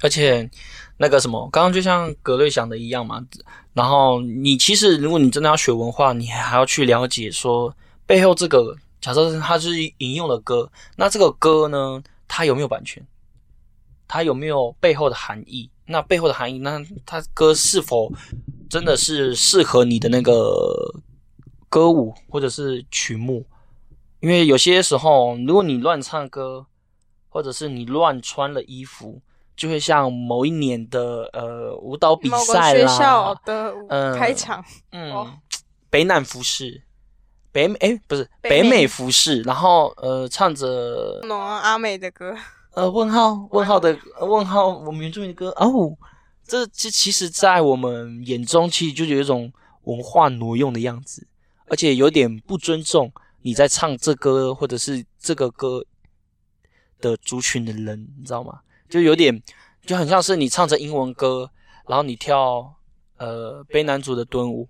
A: 而且那个什么，刚刚就像格瑞想的一样嘛，然后你其实如果你真的要学文化，你还要去了解说背后这个，假设是它是引用的歌，那这个歌呢，它有没有版权？它有没有背后的含义？那背后的含义，那它歌是否真的是适合你的那个歌舞或者是曲目？因为有些时候，如果你乱唱歌，或者是你乱穿了衣服，就会像某一年的呃舞蹈比
B: 某个
A: 赛
B: 学
A: 啦，
B: 校的
A: 嗯
B: 开场，
A: 嗯，
B: 哦
A: 北南服饰，北哎、不是
B: 北
A: 北
B: 美
A: 美服饰，然后呃唱着
B: 喏啊阿美的歌，
A: 呃问号问号的呃问号我们原住民的歌哦，这其其实，在我们眼中，其实就有一种文化挪用的样子，而且有点不尊重你在唱这歌或者是这个歌的族群的人，你知道吗？就有点就很像是你唱着英文歌，然后你跳呃卑南族的蹲舞，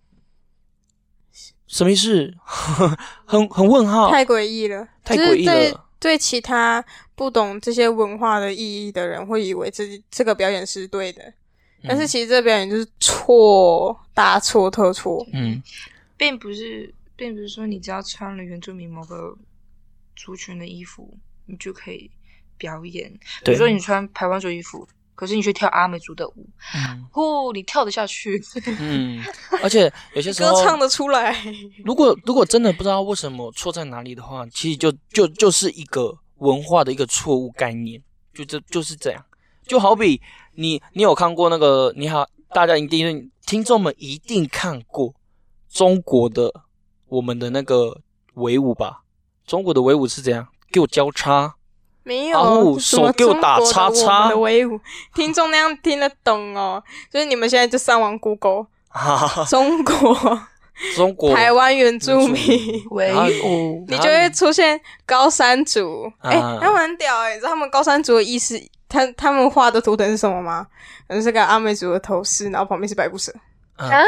A: 什么意思？ [LAUGHS] 很很问号，
B: 太诡异了，
A: 哦太
B: 就是
A: 诡异
B: 对
A: 了。
B: 对其他不懂这些文化的意义的人，会以为自己这个表演是对的，
A: 嗯
B: 但是其实这个表演就是错，大错特错。
A: 嗯
C: 并不是，并不是说你只要穿了原住民某个族群的衣服，你就可以表演。比
A: 对
C: 如说你穿台湾族衣服，可是你却跳阿美族的舞，
A: 嗯
C: 呼，你跳得下
A: [LAUGHS]
C: 去？
A: 嗯，而且有些时
B: 歌
A: 候，
B: 唱得出来， [LAUGHS]
A: 如果如果真的不知道为什么错在哪里的话，其实就就就是一个文化的一个错误概念，就这就是这样。就好比你你有看过那个，你好，大家一定听众们一定看过中国的我们的那个维舞吧？中国的维舞是怎样？给我交叉，
B: 没
A: 啊
B: 有
A: 呜
B: 什么
A: 手给我打
B: 中国的
A: 叉
B: 我们
A: 叉
B: 的威武，听众那样听得懂哦。所以你们现在就上网 Google
A: 哈哈哈，
B: [LAUGHS] 中国
A: 中国
B: 台湾原住民，
C: 维
A: 然后
C: 吾
B: [LAUGHS] 你就会出现高山族。
A: 啊
B: 哎、他们很屌哎、你知道他们高山族的意思，他他们画的图腾是什么吗？可能是个阿美族的头饰，然后旁边是白布蛇，
C: 啊
A: 啊，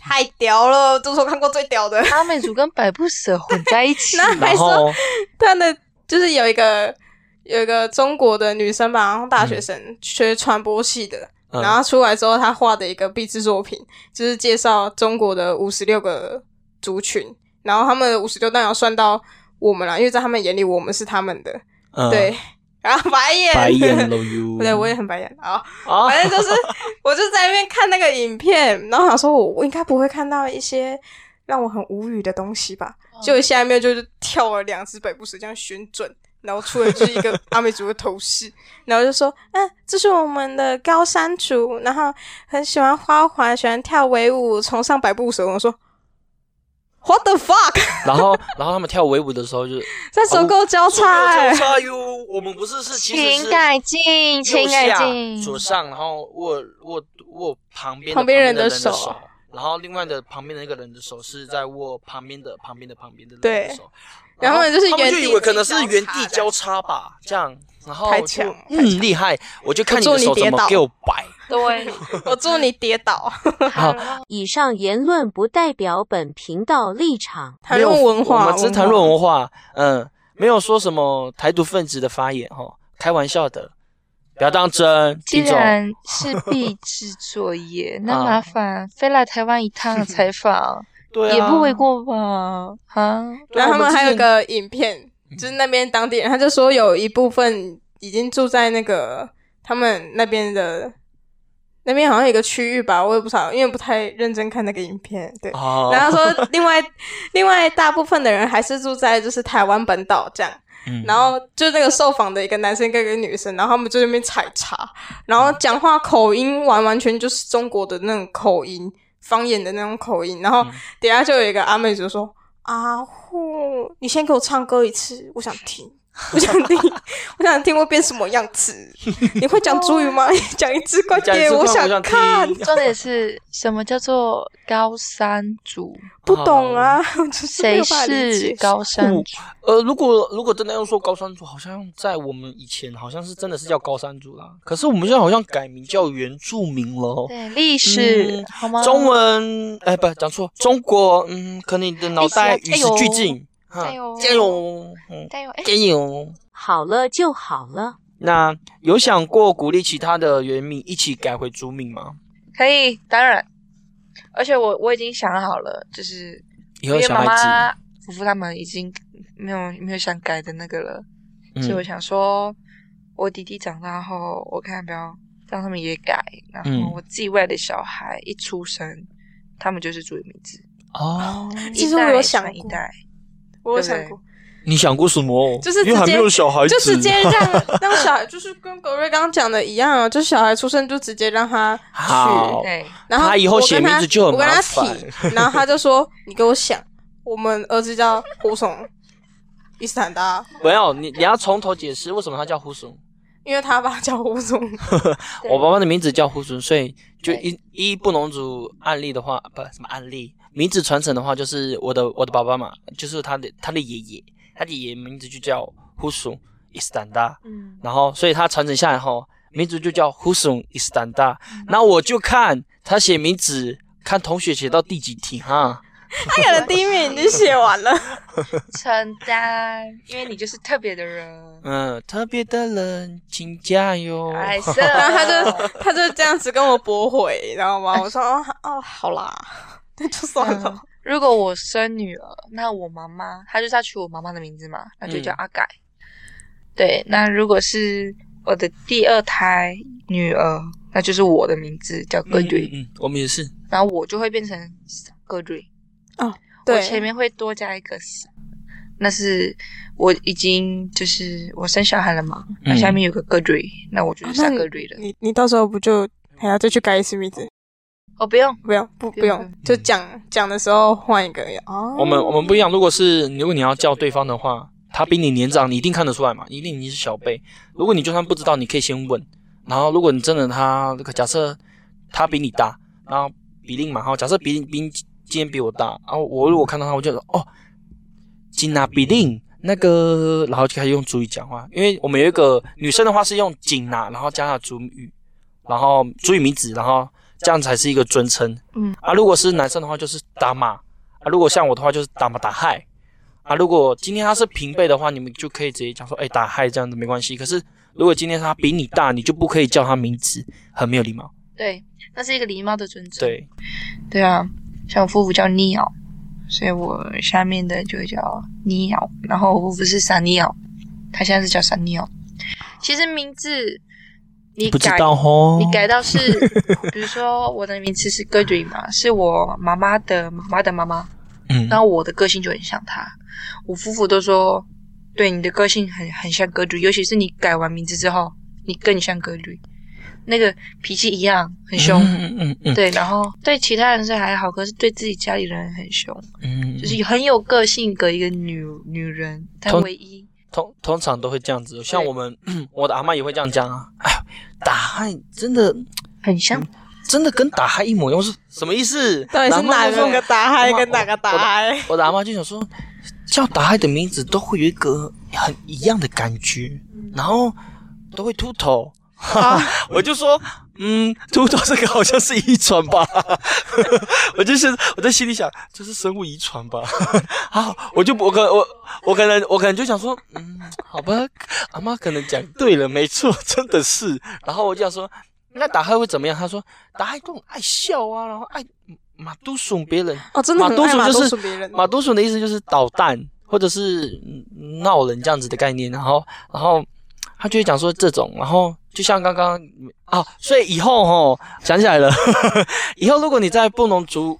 B: 太屌了，这是我看过最屌的。 [LAUGHS]
C: 阿美族跟百步蛇混在
A: [LAUGHS]
C: 一起
B: 那
C: 了，
A: 然后
B: 他的就是有一个有一个中国的女生吧，然后大学生、学传播系的，
A: 嗯
B: 然后出来之后，她画的一个壁纸作品，就是介绍中国的五十六个族群，然后他们五十六当然要算到我们啦，因为在他们眼里我们是他们的，
A: 嗯
B: 对，然后白眼
A: 白
B: [LAUGHS]
A: 眼
B: 不
A: 了哟，
B: 对，我也很白眼啊。
A: 啊
B: 反正就是我就在那边看那个影片，然后想说我我应该不会看到一些让我很无语的东西吧，
A: 哦
B: 结果下面就是跳了两只北部蛇这样旋转。然后出来就是一
A: [LAUGHS]
B: 个阿美族的头饰，然后就说：“嗯，这是我们的高山族，然后很喜欢花环，喜欢跳维舞，崇尚百步蛇。”我说：“What the
A: [LAUGHS]
B: fuck！
A: 然后，然后他们跳维舞的时候
B: [LAUGHS]
A: 就是
B: 在
A: 哦
B: 手勾交叉、欸， [LAUGHS]
A: 叉哟，我们不是是其实是
C: 请改进，请
A: 右
C: 改
A: 下
C: 进。
A: 左上，然后握握握旁边的
B: 旁边人的
A: 的
B: 手
A: 手，然后另外的旁边的那个人的手是在握旁边的旁边的旁边的人
B: 对
A: 的手，
B: 然后就是
A: 他们
B: 原
A: 就
B: 地
A: 以为可能是
B: 交叉
A: 原地
B: 的
A: 交叉吧，这样，然后
B: 太
A: 就
B: 强了太
A: 嗯，厉害，我就看你
B: 我
A: 的
B: 祝你
A: 手
B: 跌
A: 怎
B: 倒
A: 么给我摆，
C: [LAUGHS] 对，
B: 我祝你跌倒。”
A: 好，
D: 以上言论不代表本频道立场。
B: 谈论文化，
A: 没有我们只是谈论文化，嗯，没有说什么台独分子的发言哈，开玩笑的，不要当真，
C: 既
A: 听众。
C: 然是毕制作
B: [LAUGHS]
C: 业，那
A: 啊
C: 麻烦飞来台湾一趟采访，
A: 对啊，
C: 也不为过吧？
B: [LAUGHS]
C: 啊，
A: 对
B: 然
A: 啊
B: 后他
A: 我
B: 们
A: 之
B: 还有
A: 前
B: 个影片，就是那边当地人，他就说有一部分已经住在那个他们那边的，那边好像有一个区域吧，我也不知道，因为不太认真看那个影片。对，
A: 哦，
B: 然后他说另外另外大部分的人还是住在就是台湾本岛这样。
A: 嗯
B: 然后就是那个受访的一个男生跟一个女生，然后他们就在那边采茶，然后讲话口音完完全就是中国的那种口音，方言的那种口音。然后
A: 嗯
B: 底下就有一个阿妹就说：“阿虎、你先给我唱歌一次，我想听，我想听， [LAUGHS] 我想听会变什么样子？你会讲主
A: [LAUGHS]
B: 语吗？你讲一次快
A: 讲一
B: 点，
A: 次
B: 我
A: 快我
B: 想
A: 想
B: 看。
A: 听
C: 重点是什么叫做高山族？
B: 不懂啊，
A: 哦
B: [LAUGHS] 我就是没
C: 谁
B: 有办法理
C: 是
B: 解
C: 高山族？
A: 呃，如果如果真的要说高山族，好像在我们以前好像是真的是叫高山族啦，可是我们现在好像改名叫原住民了哦。
C: 对，历史、
A: 嗯
C: 好吗？
A: 中文，哎，不，讲错，中国，嗯，可能你的脑袋与
C: 哎
A: 时
C: 加油
A: 俱进，哈
C: 加油
A: 加油，嗯，
C: 加油！哎、
A: 加油。
D: 好了就好了。
A: 那有想过鼓励其他的原名一起改回族名吗？
C: 可以，当然。而且我我已经想好了，就是
A: 以
C: 因
A: 后
C: 为
A: 小
C: 妈
A: 孩
C: 妈
A: 子，、
C: 夫妇他们已经没有没有想改的那个了，所以我
A: 嗯
C: 想说，我弟弟长大后，我看要不要让他们也改，然后
A: 嗯
C: 我自己未来的小孩一出生，他们就是主语名字，
A: 哦，
B: 嗯其实
C: 一代
B: 我有想
C: 传一
B: 过
C: 代，
B: 我有
C: 对不
B: 想
C: 对
B: 过，
A: 你想过什么？
B: 就是
A: 因为还没
B: 直接
A: 有小孩子，
B: 就直
A: [LAUGHS]
B: 接让让小孩，就是跟格瑞刚刚讲的一样啊， [LAUGHS] 就是小孩出生就直接让他
A: 好哦
B: 取，
C: 对，
B: 然后
A: 他以后
B: 我跟
A: 写名字就很
B: 我跟
A: 麻
B: 他
A: 烦
B: 提，然后他就说：“你给我想，我们儿子叫胡松 [LAUGHS] 伊斯坦达，
A: 没有你，你要从头解释为什么他叫胡松。
B: 因为他爸叫胡松。
C: 对
A: 我爸爸的名字叫胡顺，所以就
C: 对
A: 一一布农族案例的话，不什么案例，名字传承的话，就是我的我的爸爸嘛，就是他的他的爷爷，他的爷爷名字就叫胡顺伊斯坦达，
C: 嗯，
A: 然后所以他传承下来后，名字就叫胡顺伊斯坦达。
C: 嗯
A: 那我就看他写名字，看同学写到第几题哈。
B: 他可能第一名已经写完了，
C: 承担，因为你就是特别的人，
A: 嗯，特别的人，请加油。
C: 哎，是，
B: [LAUGHS]
C: 然
B: 然 [LAUGHS] 后他就他就这样子跟我驳回，你知道吗？我说：哦哦，好啦， [LAUGHS] 那就算了
C: 嗯。如果我生女儿，那我妈妈，她就是要取我妈妈的名字嘛，那就
A: 嗯
C: 叫阿改。对，那如果是我的第二胎女儿，那就是我的名字叫葛
A: 嗯
C: 瑞，
A: 嗯，嗯我们也是，
C: 然后我就会变成葛瑞。我前
B: 对，
C: 面会多加一个死，那是我已经就是我生小孩了嘛，那、
A: 嗯
C: 下面有个葛瑞，那我就是
B: 哦那
C: 傻葛瑞了。
B: 你你到时候不就还要再去改一次名字？
C: 哦，不用，
B: 不用，不
C: 不
B: 不
C: 用
B: 用，就讲讲的时候换一个哦。
A: 我们我们不一样，如果是如果你要叫对方的话，他比你年长，你一定看得出来嘛，一定你是小辈。如果你就算不知道，你可以先问。然后如果你真的他假设他比你大，然后比令嘛，哈，假设比比今天比我大，然后我如果看到他，我就说哦，金拿比令。那个，然后就开始用主语讲话，因为我们有一个女生的话是用紧拿，然后加上主语，然后主语名字，然后这样才是一个尊称。
C: 嗯
A: 啊，如果是男生的话就是打马，啊，如果像我的话就是打嘛打嗨啊，如果今天他是平辈的话，你们就可以直接讲说，哎、打嗨这样子没关系。可是如果今天他比你大，你就不可以叫他名字，很没有礼貌。
C: 对，那是一个礼貌的尊重。
A: 对，
C: 对啊，像我夫妇叫 n e 所以我下面的就会叫 n e 然后我夫妇是 s u n 他现在是叫 s u n 其实名字你
A: 不知
C: 改，
A: 道哦吼，
C: 你改到是，比如说我的名字是 g e d r i 嘛，是我妈妈的妈妈的妈妈，
A: 嗯，
C: 然后我的个性就很像她，我夫妇都说，对你的个性很很像 g e d r i 尤其是你改完名字之后，你更像 g e d r i 那个脾气一样，很凶。
A: 嗯嗯 [LAUGHS] 嗯，
C: 对，然后对其他人是还好，可是对自己家里人很凶，
A: 嗯，
C: 就是很有个性的一个女女人，她
A: 通
C: 唯一
A: 通通常都会这样子。像我们， [CLEARS THROAT] 我的阿嬷也会这样讲啊，哎呦，打嗨真的
C: 很像
A: 真的跟打嗨一模一样，我说什么意思？
B: 到底是
A: 然后
B: 哪
A: 我说
B: 个打嗨
A: 我
B: 跟哪个打嗨？
A: 我的阿妈就想说，叫打嗨的名字都会有一个很一样的感觉，然后都会秃头。哈哈， [LAUGHS] 我就说，嗯，秃头这个好像是遗传吧， [LAUGHS] 我就是我在心里想，这是生物遗传吧。 [LAUGHS] 好，我就不我可我我可能我可能就想说，嗯，好吧，阿妈可能讲对了，没错，真的是。然后我就想说，那打嗨会怎么样？他说，打嗨都很爱笑啊，然后爱马都怂别人，
B: 哦，真的
A: 马
B: 很
A: 多
B: 爱
A: 鼠
B: 马
A: 就
B: 多
A: 是
B: 鼠别人。
A: 马多鼠的意思就是捣蛋或者是嗯闹人这样子的概念，然后然后他就会讲说这种，然后就像刚刚啊，所以以后吼想起来了， [LAUGHS] 以后如果你在布农族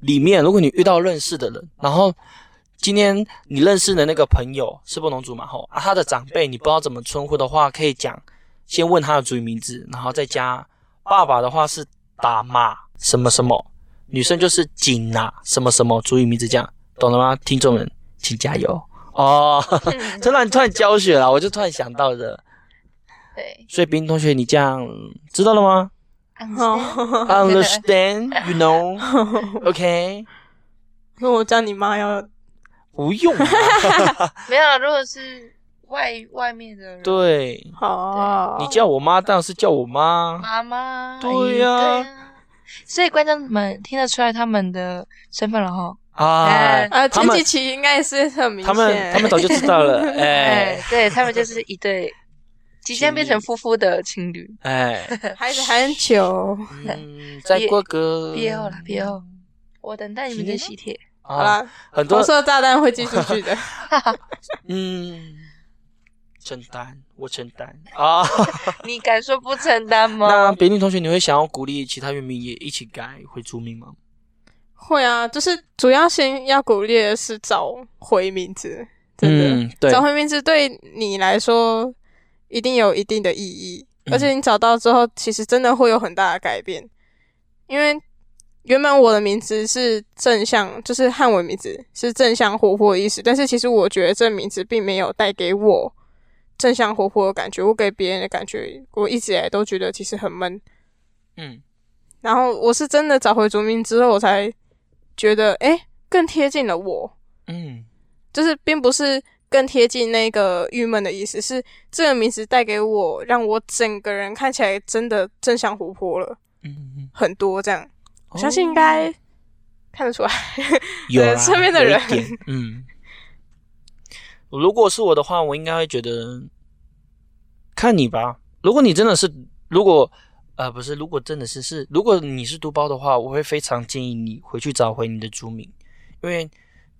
A: 里面，如果你遇到认识的人，然后今天你认识的那个朋友是布农族嘛？吼啊，他的长辈你不知道怎么称呼的话，可以讲先问他的族语名字，然后再加爸爸的话是打马什么什么，女生就是紧呐、什么什么族语名字这样，懂了吗？听众们，请加油哦！ [LAUGHS] 突然突然教学了，我就突然想到的。
C: [LAUGHS] 对，嗯
A: 所以，冰同学，你这样知道了
C: [LAUGHS]
A: 吗哦
B: 哦
C: understand
A: ？Understand, you know? OK，
B: 那我叫你妈要
A: 不用啊、
C: [LAUGHS] [LAUGHS] 没有啦，如果是外外面的人，
A: 对，
B: 好啊，
A: 你叫我妈，当然是叫我妈。
C: 妈妈，
A: 啊对呀
C: 对呀所以观众们听得出来他们的身份了哈。
A: 啊
C: 哎，
B: 啊，
A: 他
B: 前
A: 们
B: 几期应该是很明
A: 他
B: 显，
A: 们他们早就知道
C: [LAUGHS]
A: 了。哎
C: 哎，对他们就是
A: [LAUGHS]
C: 一对即将变成夫妇的情侣，
A: 哎，
B: [LAUGHS] 还是还很久。
A: 嗯，再过个
C: 毕业后啦，毕业后，我等待你们的喜帖。
B: 好
A: 啊，
B: 啦，
A: 很多
B: 红色炸弹会寄出
A: [LAUGHS]
B: 去的。
A: 嗯，承 [LAUGHS] 担，我承担啊。
C: 你敢说不承担吗？
A: 那别令同学，你会想要鼓励其他原民也一起改回族名吗？
B: 会啊，就是主要先要鼓励的是找回名字，真的。
A: 嗯，对
B: 找，回名字对你来说一定有一定的意义，
A: 嗯
B: 而且你找到之后，其实真的会有很大的改变，因为原本我的名字是正向，就是汉文名字是正向活泼的意思，但是其实我觉得这名字并没有带给我正向活泼的感觉，我给别人的感觉，我一直以来都觉得其实很闷。
A: 嗯
B: 然后我是真的找回族名之后，我才觉得诶更贴近了我。
A: 嗯
B: 就是并不是更贴近那个郁闷的意思，是这个名字带给我，让我整个人看起来真的正向活泼了
A: 嗯嗯，
B: 很多。这样，我相信应
A: 哦
B: 该看得出来。
A: [LAUGHS] 有
B: 对
A: 啦
B: 身边的
A: 有一
B: 人
A: [LAUGHS] 点嗯，如果是我的话，我应该会觉得看你吧。如果你真的是，如果呃不是，如果真的是是，如果你是读包的话，我会非常建议你回去找回你的族名，因为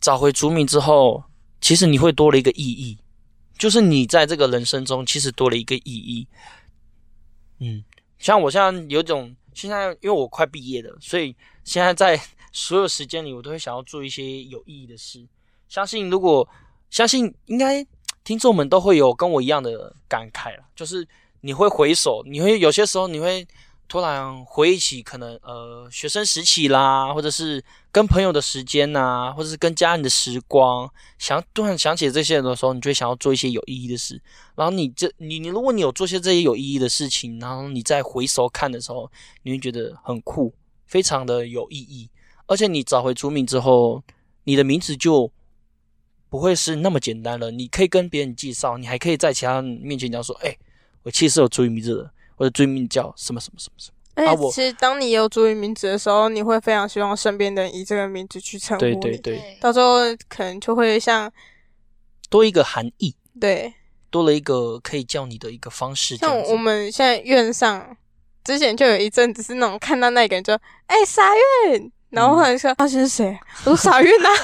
A: 找回族名之后，其实你会多了一个意义，就是你在这个人生中其实多了一个意义。嗯，像我现在有种，现在因为我快毕业了，所以现在在 [LAUGHS] 所有时间里，我都会想要做一些有意义的事。相信如果相信，应该听众们都会有跟我一样的感慨了，就是你会回首，你会有些时候你会突然回忆起可能呃学生时期啦，或者是跟朋友的时间呐、或者是跟家人的时光，想突然想起这些的时候，你就会想要做一些有意义的事。然后你这你你，如果你有做些这些有意义的事情，然后你再回首看的时候，你会觉得很酷，非常的有意义。而且你找回族名之后，你的名字就不会是那么简单了。你可以跟别人介绍，你还可以在其他人面前讲说：“哎、我其实是有族语名字的，我的族语名字叫什么什么什么什么。
B: 而
A: 啊
B: 且
A: 我
B: 哎其实当你有族语名字的时候，你会非常希望身边的人以这个名字去称”呼
A: 对
B: 你，
A: 对对，
B: 到时候可能就会像
A: 多一个含义，
B: 对，
A: 多了一个可以叫你的一个方式。这
B: 像
A: 样子
B: 我们现在院上之前就有一阵子是那种看到那个人就哎、傻院，然后后来说他、是谁？我说傻院呐、啊，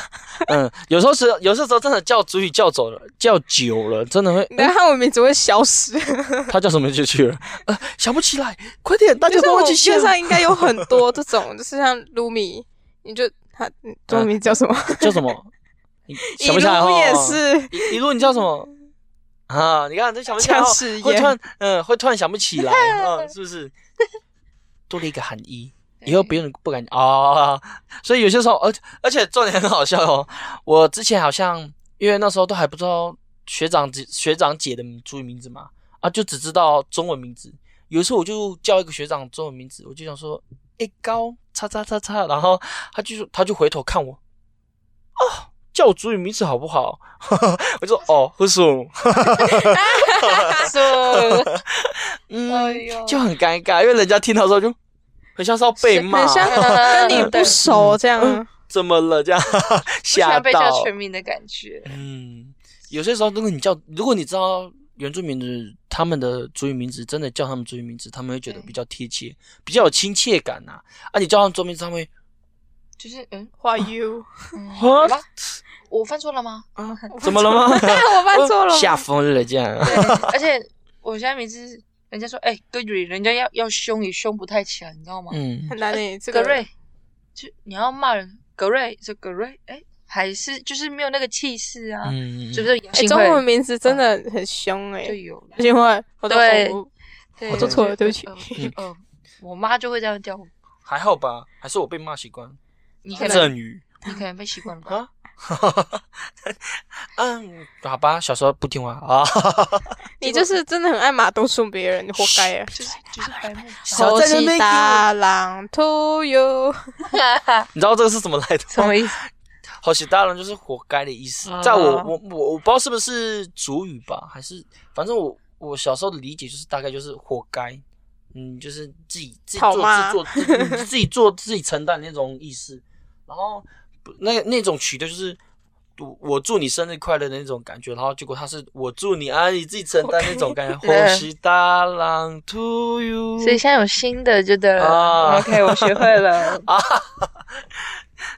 A: 嗯，有时候是有些时候真的叫族语叫走了，叫久了，真的会
B: 你的汉文名字会消失。
A: 哎 [LAUGHS] 他叫什么就去了，呃，想不起来，快点，大家帮我
B: 我
A: 去
B: 线
A: 线
B: 上应该有很多这种，就是像卢米，你就他嗯中文名字
A: [LAUGHS]
B: 叫什么？
A: 叫什
B: [LAUGHS]
A: 么？你想不起来
B: 以
A: 哦
B: 卢也是，
A: 一一路你叫什么啊？你看，这想不起来哦
B: 姜世，
A: 会
B: 彦
A: 突然嗯，会突然想不起
B: [LAUGHS]
A: 来，嗯，是不是？多了一个含义，以后别人不敢啊、所以有些时候，而而且重点很好笑哦。我之前好像因为那时候都还不知道学长姐学长姐的注意名字嘛，啊，就只知道中文名字。有一次我就叫一个学长中文名字，我就想说，哎、高叉叉叉叉，然后他就说他就回头看我，哦，叫我主语名字好不好？ [LAUGHS] 我就说哦，不
C: [LAUGHS]
A: 熟，
C: 说，哎
A: 嗯，
C: 呦，
A: 就很尴尬，因为人家听到之后就很像是要被骂，
B: 很像
A: [LAUGHS]
B: 跟你不熟这样。
A: 怎么了这样， [LAUGHS]
C: 不想
A: 吓
C: 被叫
A: 到，
C: 全名的感觉。
A: 嗯，有些时候，如果你叫，如果你知道原住民的他们的族语名字，真的叫他们族语名字，他们会觉得
C: 对
A: 比较贴切，比较有亲切感呐、啊。你叫他们族名字，他们会
C: 就是嗯，
B: 花 you，
C: 嗯
A: 啊
C: 好吧，我犯错了吗？
A: 啊，怎么了吗？
B: 哦 [LAUGHS] 我犯错了吗
A: 哦 [LAUGHS] 吓疯了这
C: [LAUGHS]
A: 样。
C: 对，而且我现在每次人家说哎，葛瑞，人家要要凶也凶不太起来，你知道吗？
A: 嗯，
B: 欸很难诶，这
C: 葛
B: 个
C: 瑞，就你要骂人，葛瑞是葛瑞，哎，还是就是没有那个气势啊，
A: 嗯，
C: 是不是？杨
B: 哎
C: 信
B: 中
C: 会
B: 文名字真的很凶哎、
C: 就有了，
B: 杨新会，我都
C: 对
B: 我
C: 对
A: 我做
B: 错了对不起
C: 嗯、呃呃我妈就会这样叫我，
A: 还好吧？还是我被骂习惯？
C: 你可能
A: 郑宇
C: 你可能被习惯了吧。
A: 啊，嗯，好吧，小时候不听话啊。
B: 你就是真的很爱马都送别人，你活该啊！
C: 就是就是白目，
A: 少在那边给我
B: 大浪头哟，
A: 你知道这个是什么来的
C: [LAUGHS] 什
A: 吗
C: 么？意思？
A: 好喜大人就是活该的意思
C: 啊。
A: 在我我我我不知道是不是主语吧，还是反正我我小时候的理解就是大概就是活该，嗯，就是自己自己
B: 讨
A: 做
B: 骂
A: 自做自嗯自己做自己承担那种意思，然后不那那种取的就是。我我祝你生日快乐的那种感觉，然后结果他是我祝你啊，你自己承担那种感觉。
C: 嗯
A: 红喜大郎 to you，
C: 所以现在有新的就对了。
A: 啊
C: OK，我学会
A: [LAUGHS]
C: 了。
A: 啊，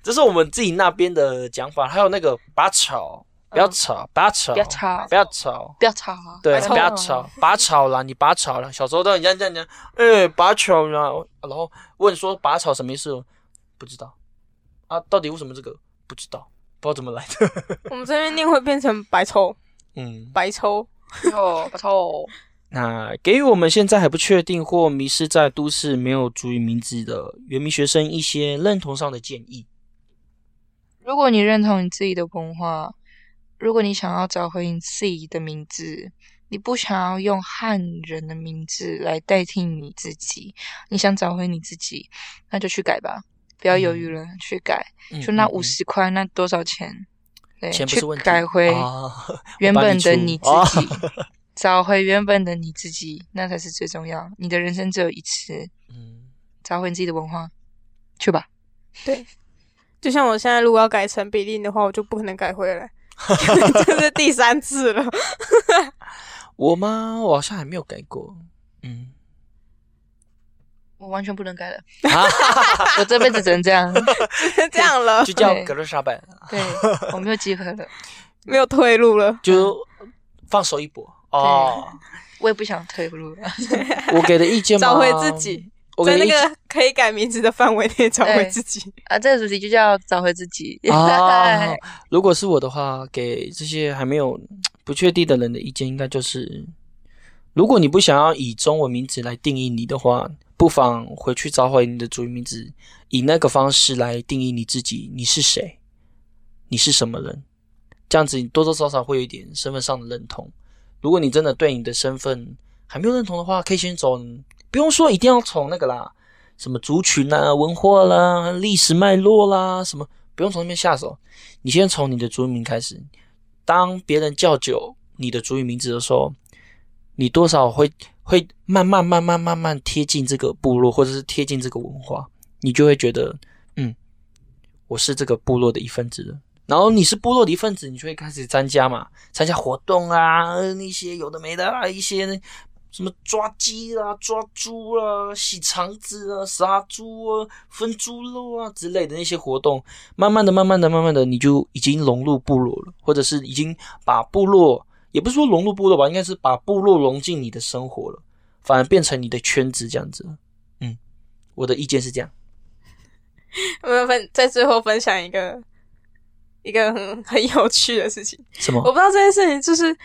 A: 这是我们自己那边的讲法，还有那个拔草，不要吵，拔草，
C: 嗯不要吵
A: 不要吵，
C: 不要吵啊！
A: 对，
C: 吵
A: 不要吵，拔草啦，你拔草了。小时候都人家这样讲，哎，拔草啦，然后问说拔草什么意思，不知道啊，到底为什么这个不知道，不知道怎么来
B: [LAUGHS]
A: 的。
B: 我们这边念会变成白抽，
A: 嗯，
B: 白抽。
C: 哟，不错。哦
A: 那给予我们现在还不确定或迷失在都市没有足以名字的原民学生一些认同上的建议。
C: 如果你认同你自己的文化，如果你想要找回你自己的名字，你不想要用汉人的名字来代替你自己，你想找回你自己，那就去改吧，不要犹豫了，去改。
A: 嗯
C: 就那
A: 嗯
C: 五
A: 嗯
C: 十块，那多少钱？对，
A: 钱不
C: 去
A: 是问题，
C: 改回
A: 啊
C: 原
A: 我帮
C: 本的
A: 出
C: 你自
A: 啊 [LAUGHS]
C: 己，找回原本的你自己，那才是最重要。你的人生只有一次，
A: 嗯，
C: 找回你自己的文化，去吧。
B: [LAUGHS] 就像我现在如果要改成比例的话，我就不可能改回来， [LAUGHS] 这是第三次
A: [LAUGHS]
B: 了。
A: 我吗？我好像还没有改过。嗯，
C: 我完全不能改了，
A: 啊，
C: [LAUGHS] 我这辈子只能
A: [LAUGHS]
C: 这样。
B: 这样了
A: 就，叫
C: 对
A: 格瑞莎版，
C: 对，我没有机会了，
B: 没有退路了。
A: 就
B: 嗯
A: 放手一搏哦。
C: 我也不想退路
A: [LAUGHS]
C: 了。
A: 我给的意见吗
B: 找回自己，
A: 我
B: 在
A: 给的
B: 那
A: 意见
B: 个可以改名字的范围内找回
C: 对
B: 自己。
C: 啊，这个主题就叫找回自己。 [LAUGHS]
A: 啊，如果是我的话，给这些还没有不确定的人的意见，应该就是，如果你不想要以中文名字来定义你的话，不妨回去找回你的主语名字，以那个方式来定义你自己，你是谁，你是什么人，这样子你多多少少会有一点身份上的认同。如果你真的对你的身份还没有认同的话，可以先走，不用说一定要从那个啦，什么族群啊、文化啦、历史脉络啦，什么不用从那边下手，你先从你的族名开始。当别人叫久你的族语名字的时候，你多少会会慢慢慢慢慢慢贴近这个部落，或者是贴近这个文化，你就会觉得，嗯，我是这个部落的一份子了。然后你是部落的一份子，你就会开始参加嘛，参加活动啊，那些有的没的啊，一些什么抓鸡啊、抓猪啊、洗肠子啊、杀猪啊、分猪肉啊之类的那些活动，慢慢的、慢慢的、慢慢的，你就已经融入部落了，或者是已经把部落，也不是说融入部落吧，应该是把部落融进你的生活了，反而变成你的圈子这样子。嗯，我的意见是这样。
B: [LAUGHS] 我们分在最后分享一个一个很很有趣的事情。
A: 什
B: 我
A: 么？
B: 不知道这件事情就是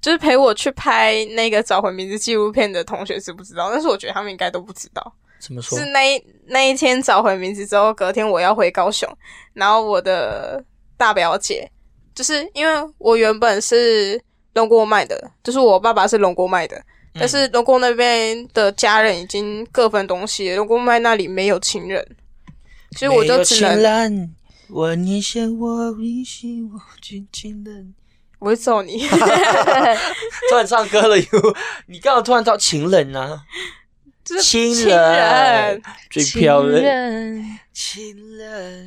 B: 就是陪我去拍那个找回名字纪录片的同学知不知道，但是我觉得他们应该都不知道。
A: 怎么说
B: 是？那一那一天找回名字之后，隔天我要回高雄，然后我的大表姐，就是因为我原本是龙国卖的，就是我爸爸是龙国卖的，
A: 嗯
B: 但是龙国那边的家人已经各分东西了，龙国卖那里没有亲人，所以我
A: 没
B: 就
A: 有
B: 只
A: 情
B: 能
A: 人，我你想我，你想我，真情人。
B: 我会
A: [LAUGHS]
B: 揍你。
A: 突然唱歌了，哟！你刚刚突然到情人啊？
B: 就是
A: 情
B: 亲人，
A: 最漂
C: 情
A: 亮。
C: 人 [LAUGHS]
A: 情人，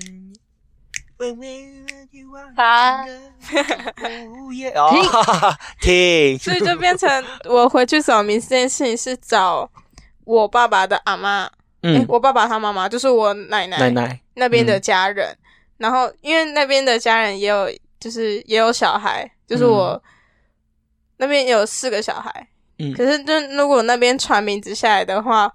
A: 微微的欲望。
C: 啊
A: 午夜哦， [LAUGHS] 停，
B: 所以就变成我回去找名字这件事情是找我爸爸的阿妈，诶
A: 嗯，
B: 我爸爸他妈妈就是我奶奶
A: 奶奶，
B: 那边的家人，然后因为那边的家人也有就是也有小孩，就是我、那边有四个小孩，
A: 嗯
B: 可是就如果那边传名字下来的话，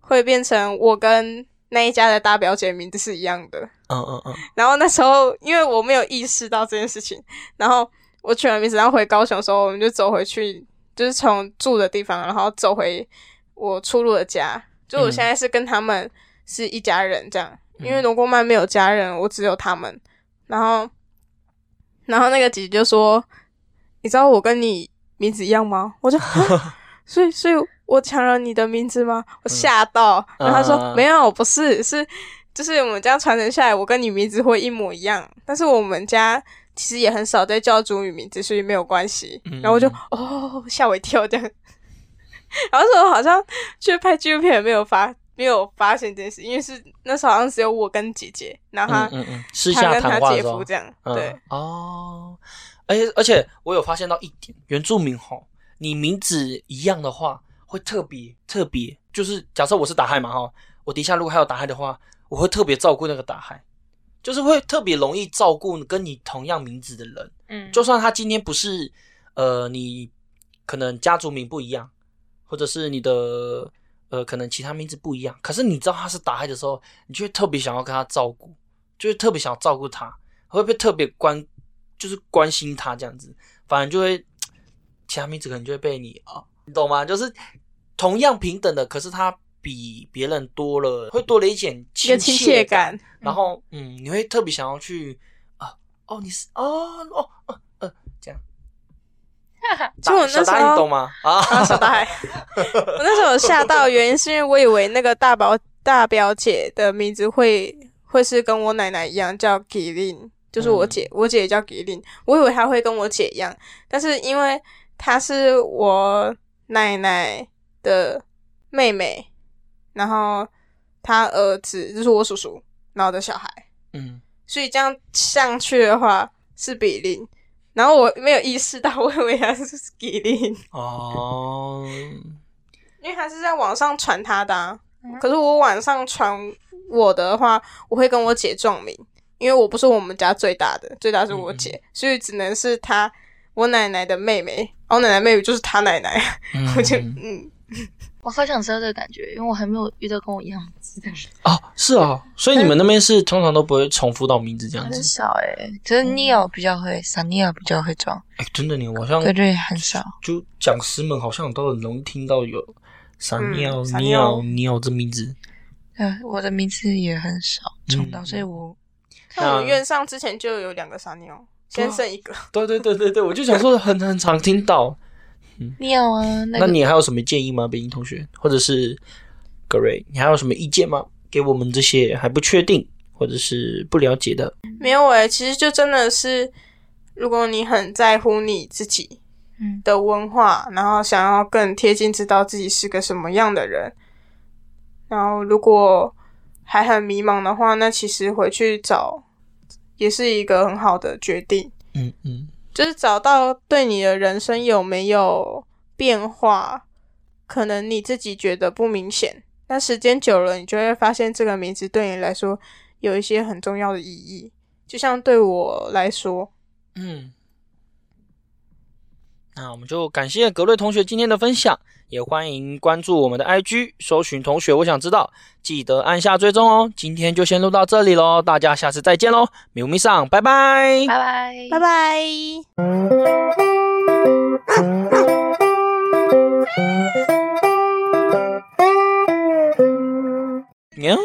B: 会变成我跟那一家的大表姐名字是一样的。
A: 嗯嗯嗯，
B: 然后那时候因为我没有意识到这件事情，然后我取完名字，然后回高雄的时候，我们就走回去，就是从住的地方，然后走回我出入的家。就我
A: 嗯
B: 现在是跟他们是一家人这样，因为罗锅曼没有家人，我只有他们。然后，然后那个姐姐就说：“你知道我跟你名字一样吗？”我
A: [LAUGHS]
B: 就，啊所以，所以我抢了你的名字吗？我吓到。
A: 嗯
B: 然后她说：“
A: 啊
B: 没有，不是，是就是我们这样传承下来，我跟你名字会一模一样。但是我们家其实也很少在叫主语名字，所以没有关系。”
A: 嗯
B: 然后我就哦吓我一跳这样。 [LAUGHS] 然后那时候好像去拍纪录片也没有发没有发现这件事，因为是那时候好像只有我跟姐姐，然后她、
A: 嗯嗯嗯，私
B: 她
A: 下
B: 跟她
A: 谈话
B: 姐
A: 的时候
B: 夫，这样，
A: 嗯
B: 对，
A: 哦，而且而且我有发现到一点，原住民吼，你名字一样的话，会特别特别，就是假设我是打嗨嘛哈，我底下如果还有打嗨的话，我会特别照顾那个打嗨，就是会特别容易照顾跟你同样名字的人，
C: 嗯，
A: 就算他今天不是呃你可能家族名不一样，或者是你的呃可能其他名字不一样，可是你知道他是打嗨的时候，你就会特别想要跟他照顾，就会特别想要照顾他，会不会特别关就是关心他这样子，反正就会其他名字可能就会被你啊、你懂吗？就是同样平等的，可是他。比别人多了，会多了一点
B: 一个亲切
A: 感，
B: 感，
A: 然后嗯，你会特别想要去啊，哦，你是哦哦哦呃，这样。
B: 就我
A: 大小
B: 那时
A: 达你懂
B: 候
A: 吗？啊，
B: 啊，小大海，我那时候有吓到，原因是因为我以为那个大表大表姐的名字会会是跟我奶奶一样叫吉林，就是我姐，我姐也叫吉林，我以为她会跟我姐一样，但是因为她是我奶奶的妹妹，然后她儿子就是我叔叔，然后的小孩，
A: 嗯，
B: 所以这样上去的话是比邻，然后我没有意识到， [LAUGHS] 我以为她是吉林。
A: 哦，
B: 因为他是在网上传他的、啊，可是我晚上传我的话，我会跟我姐撞名，因为我不是我们家最大的，最大是我
A: 嗯
B: 姐，所以只能是她我奶奶的妹妹，然后我奶奶妹妹就是她奶奶，
A: 嗯
B: [LAUGHS] 我就嗯，
C: 我好想知道这个感觉，因为我还没有遇到跟我一样名字的人，
A: 哦，是哦，所以你们那边是通常都不会重复到名字这样
C: 很
A: 子。
C: 少哎、可是 Neil 比较会，s a n i a 比较会装，
A: 哎，真的呢，我好像
C: 对对，很少。
A: 就讲师们好像都很容易听到有闪尿、
B: 闪
A: 嗯尿、
B: 尿
A: 尿这名字。
C: 呃，我的名字也很少重到，
A: 嗯
C: 所以我
B: 像我们院上之前就有两个傻妞，先剩一个，
A: 对对对对对，我就想说很很常听到。
C: Neil 啊， [LAUGHS] 那
A: 那
C: 个
A: 你还有什么建议吗，北京同学，或者是 Gray，你还有什么意见吗？给我们这些还不确定或者是不了解的。
B: 没有诶、其实就真的是，如果你很在乎你自己，
C: 嗯，
B: 的文化，然后想要更贴近知道自己是个什么样的人。然后如果还很迷茫的话，那其实回去找也是一个很好的决定，
A: 嗯嗯
B: 就是找到对你的人生有没有变化，可能你自己觉得不明显，但时间久了，你就会发现这个名字对你来说有一些很重要的意义。就像对我来说，
A: 嗯。那我们就感谢格瑞同学今天的分享，也欢迎关注我们的 IG，搜寻同学我想知道，记得按下追踪哦。今天就先录到这里喽，大家下次再见喽，咪咪上，拜拜。
C: 拜拜
B: 拜拜。
A: 喵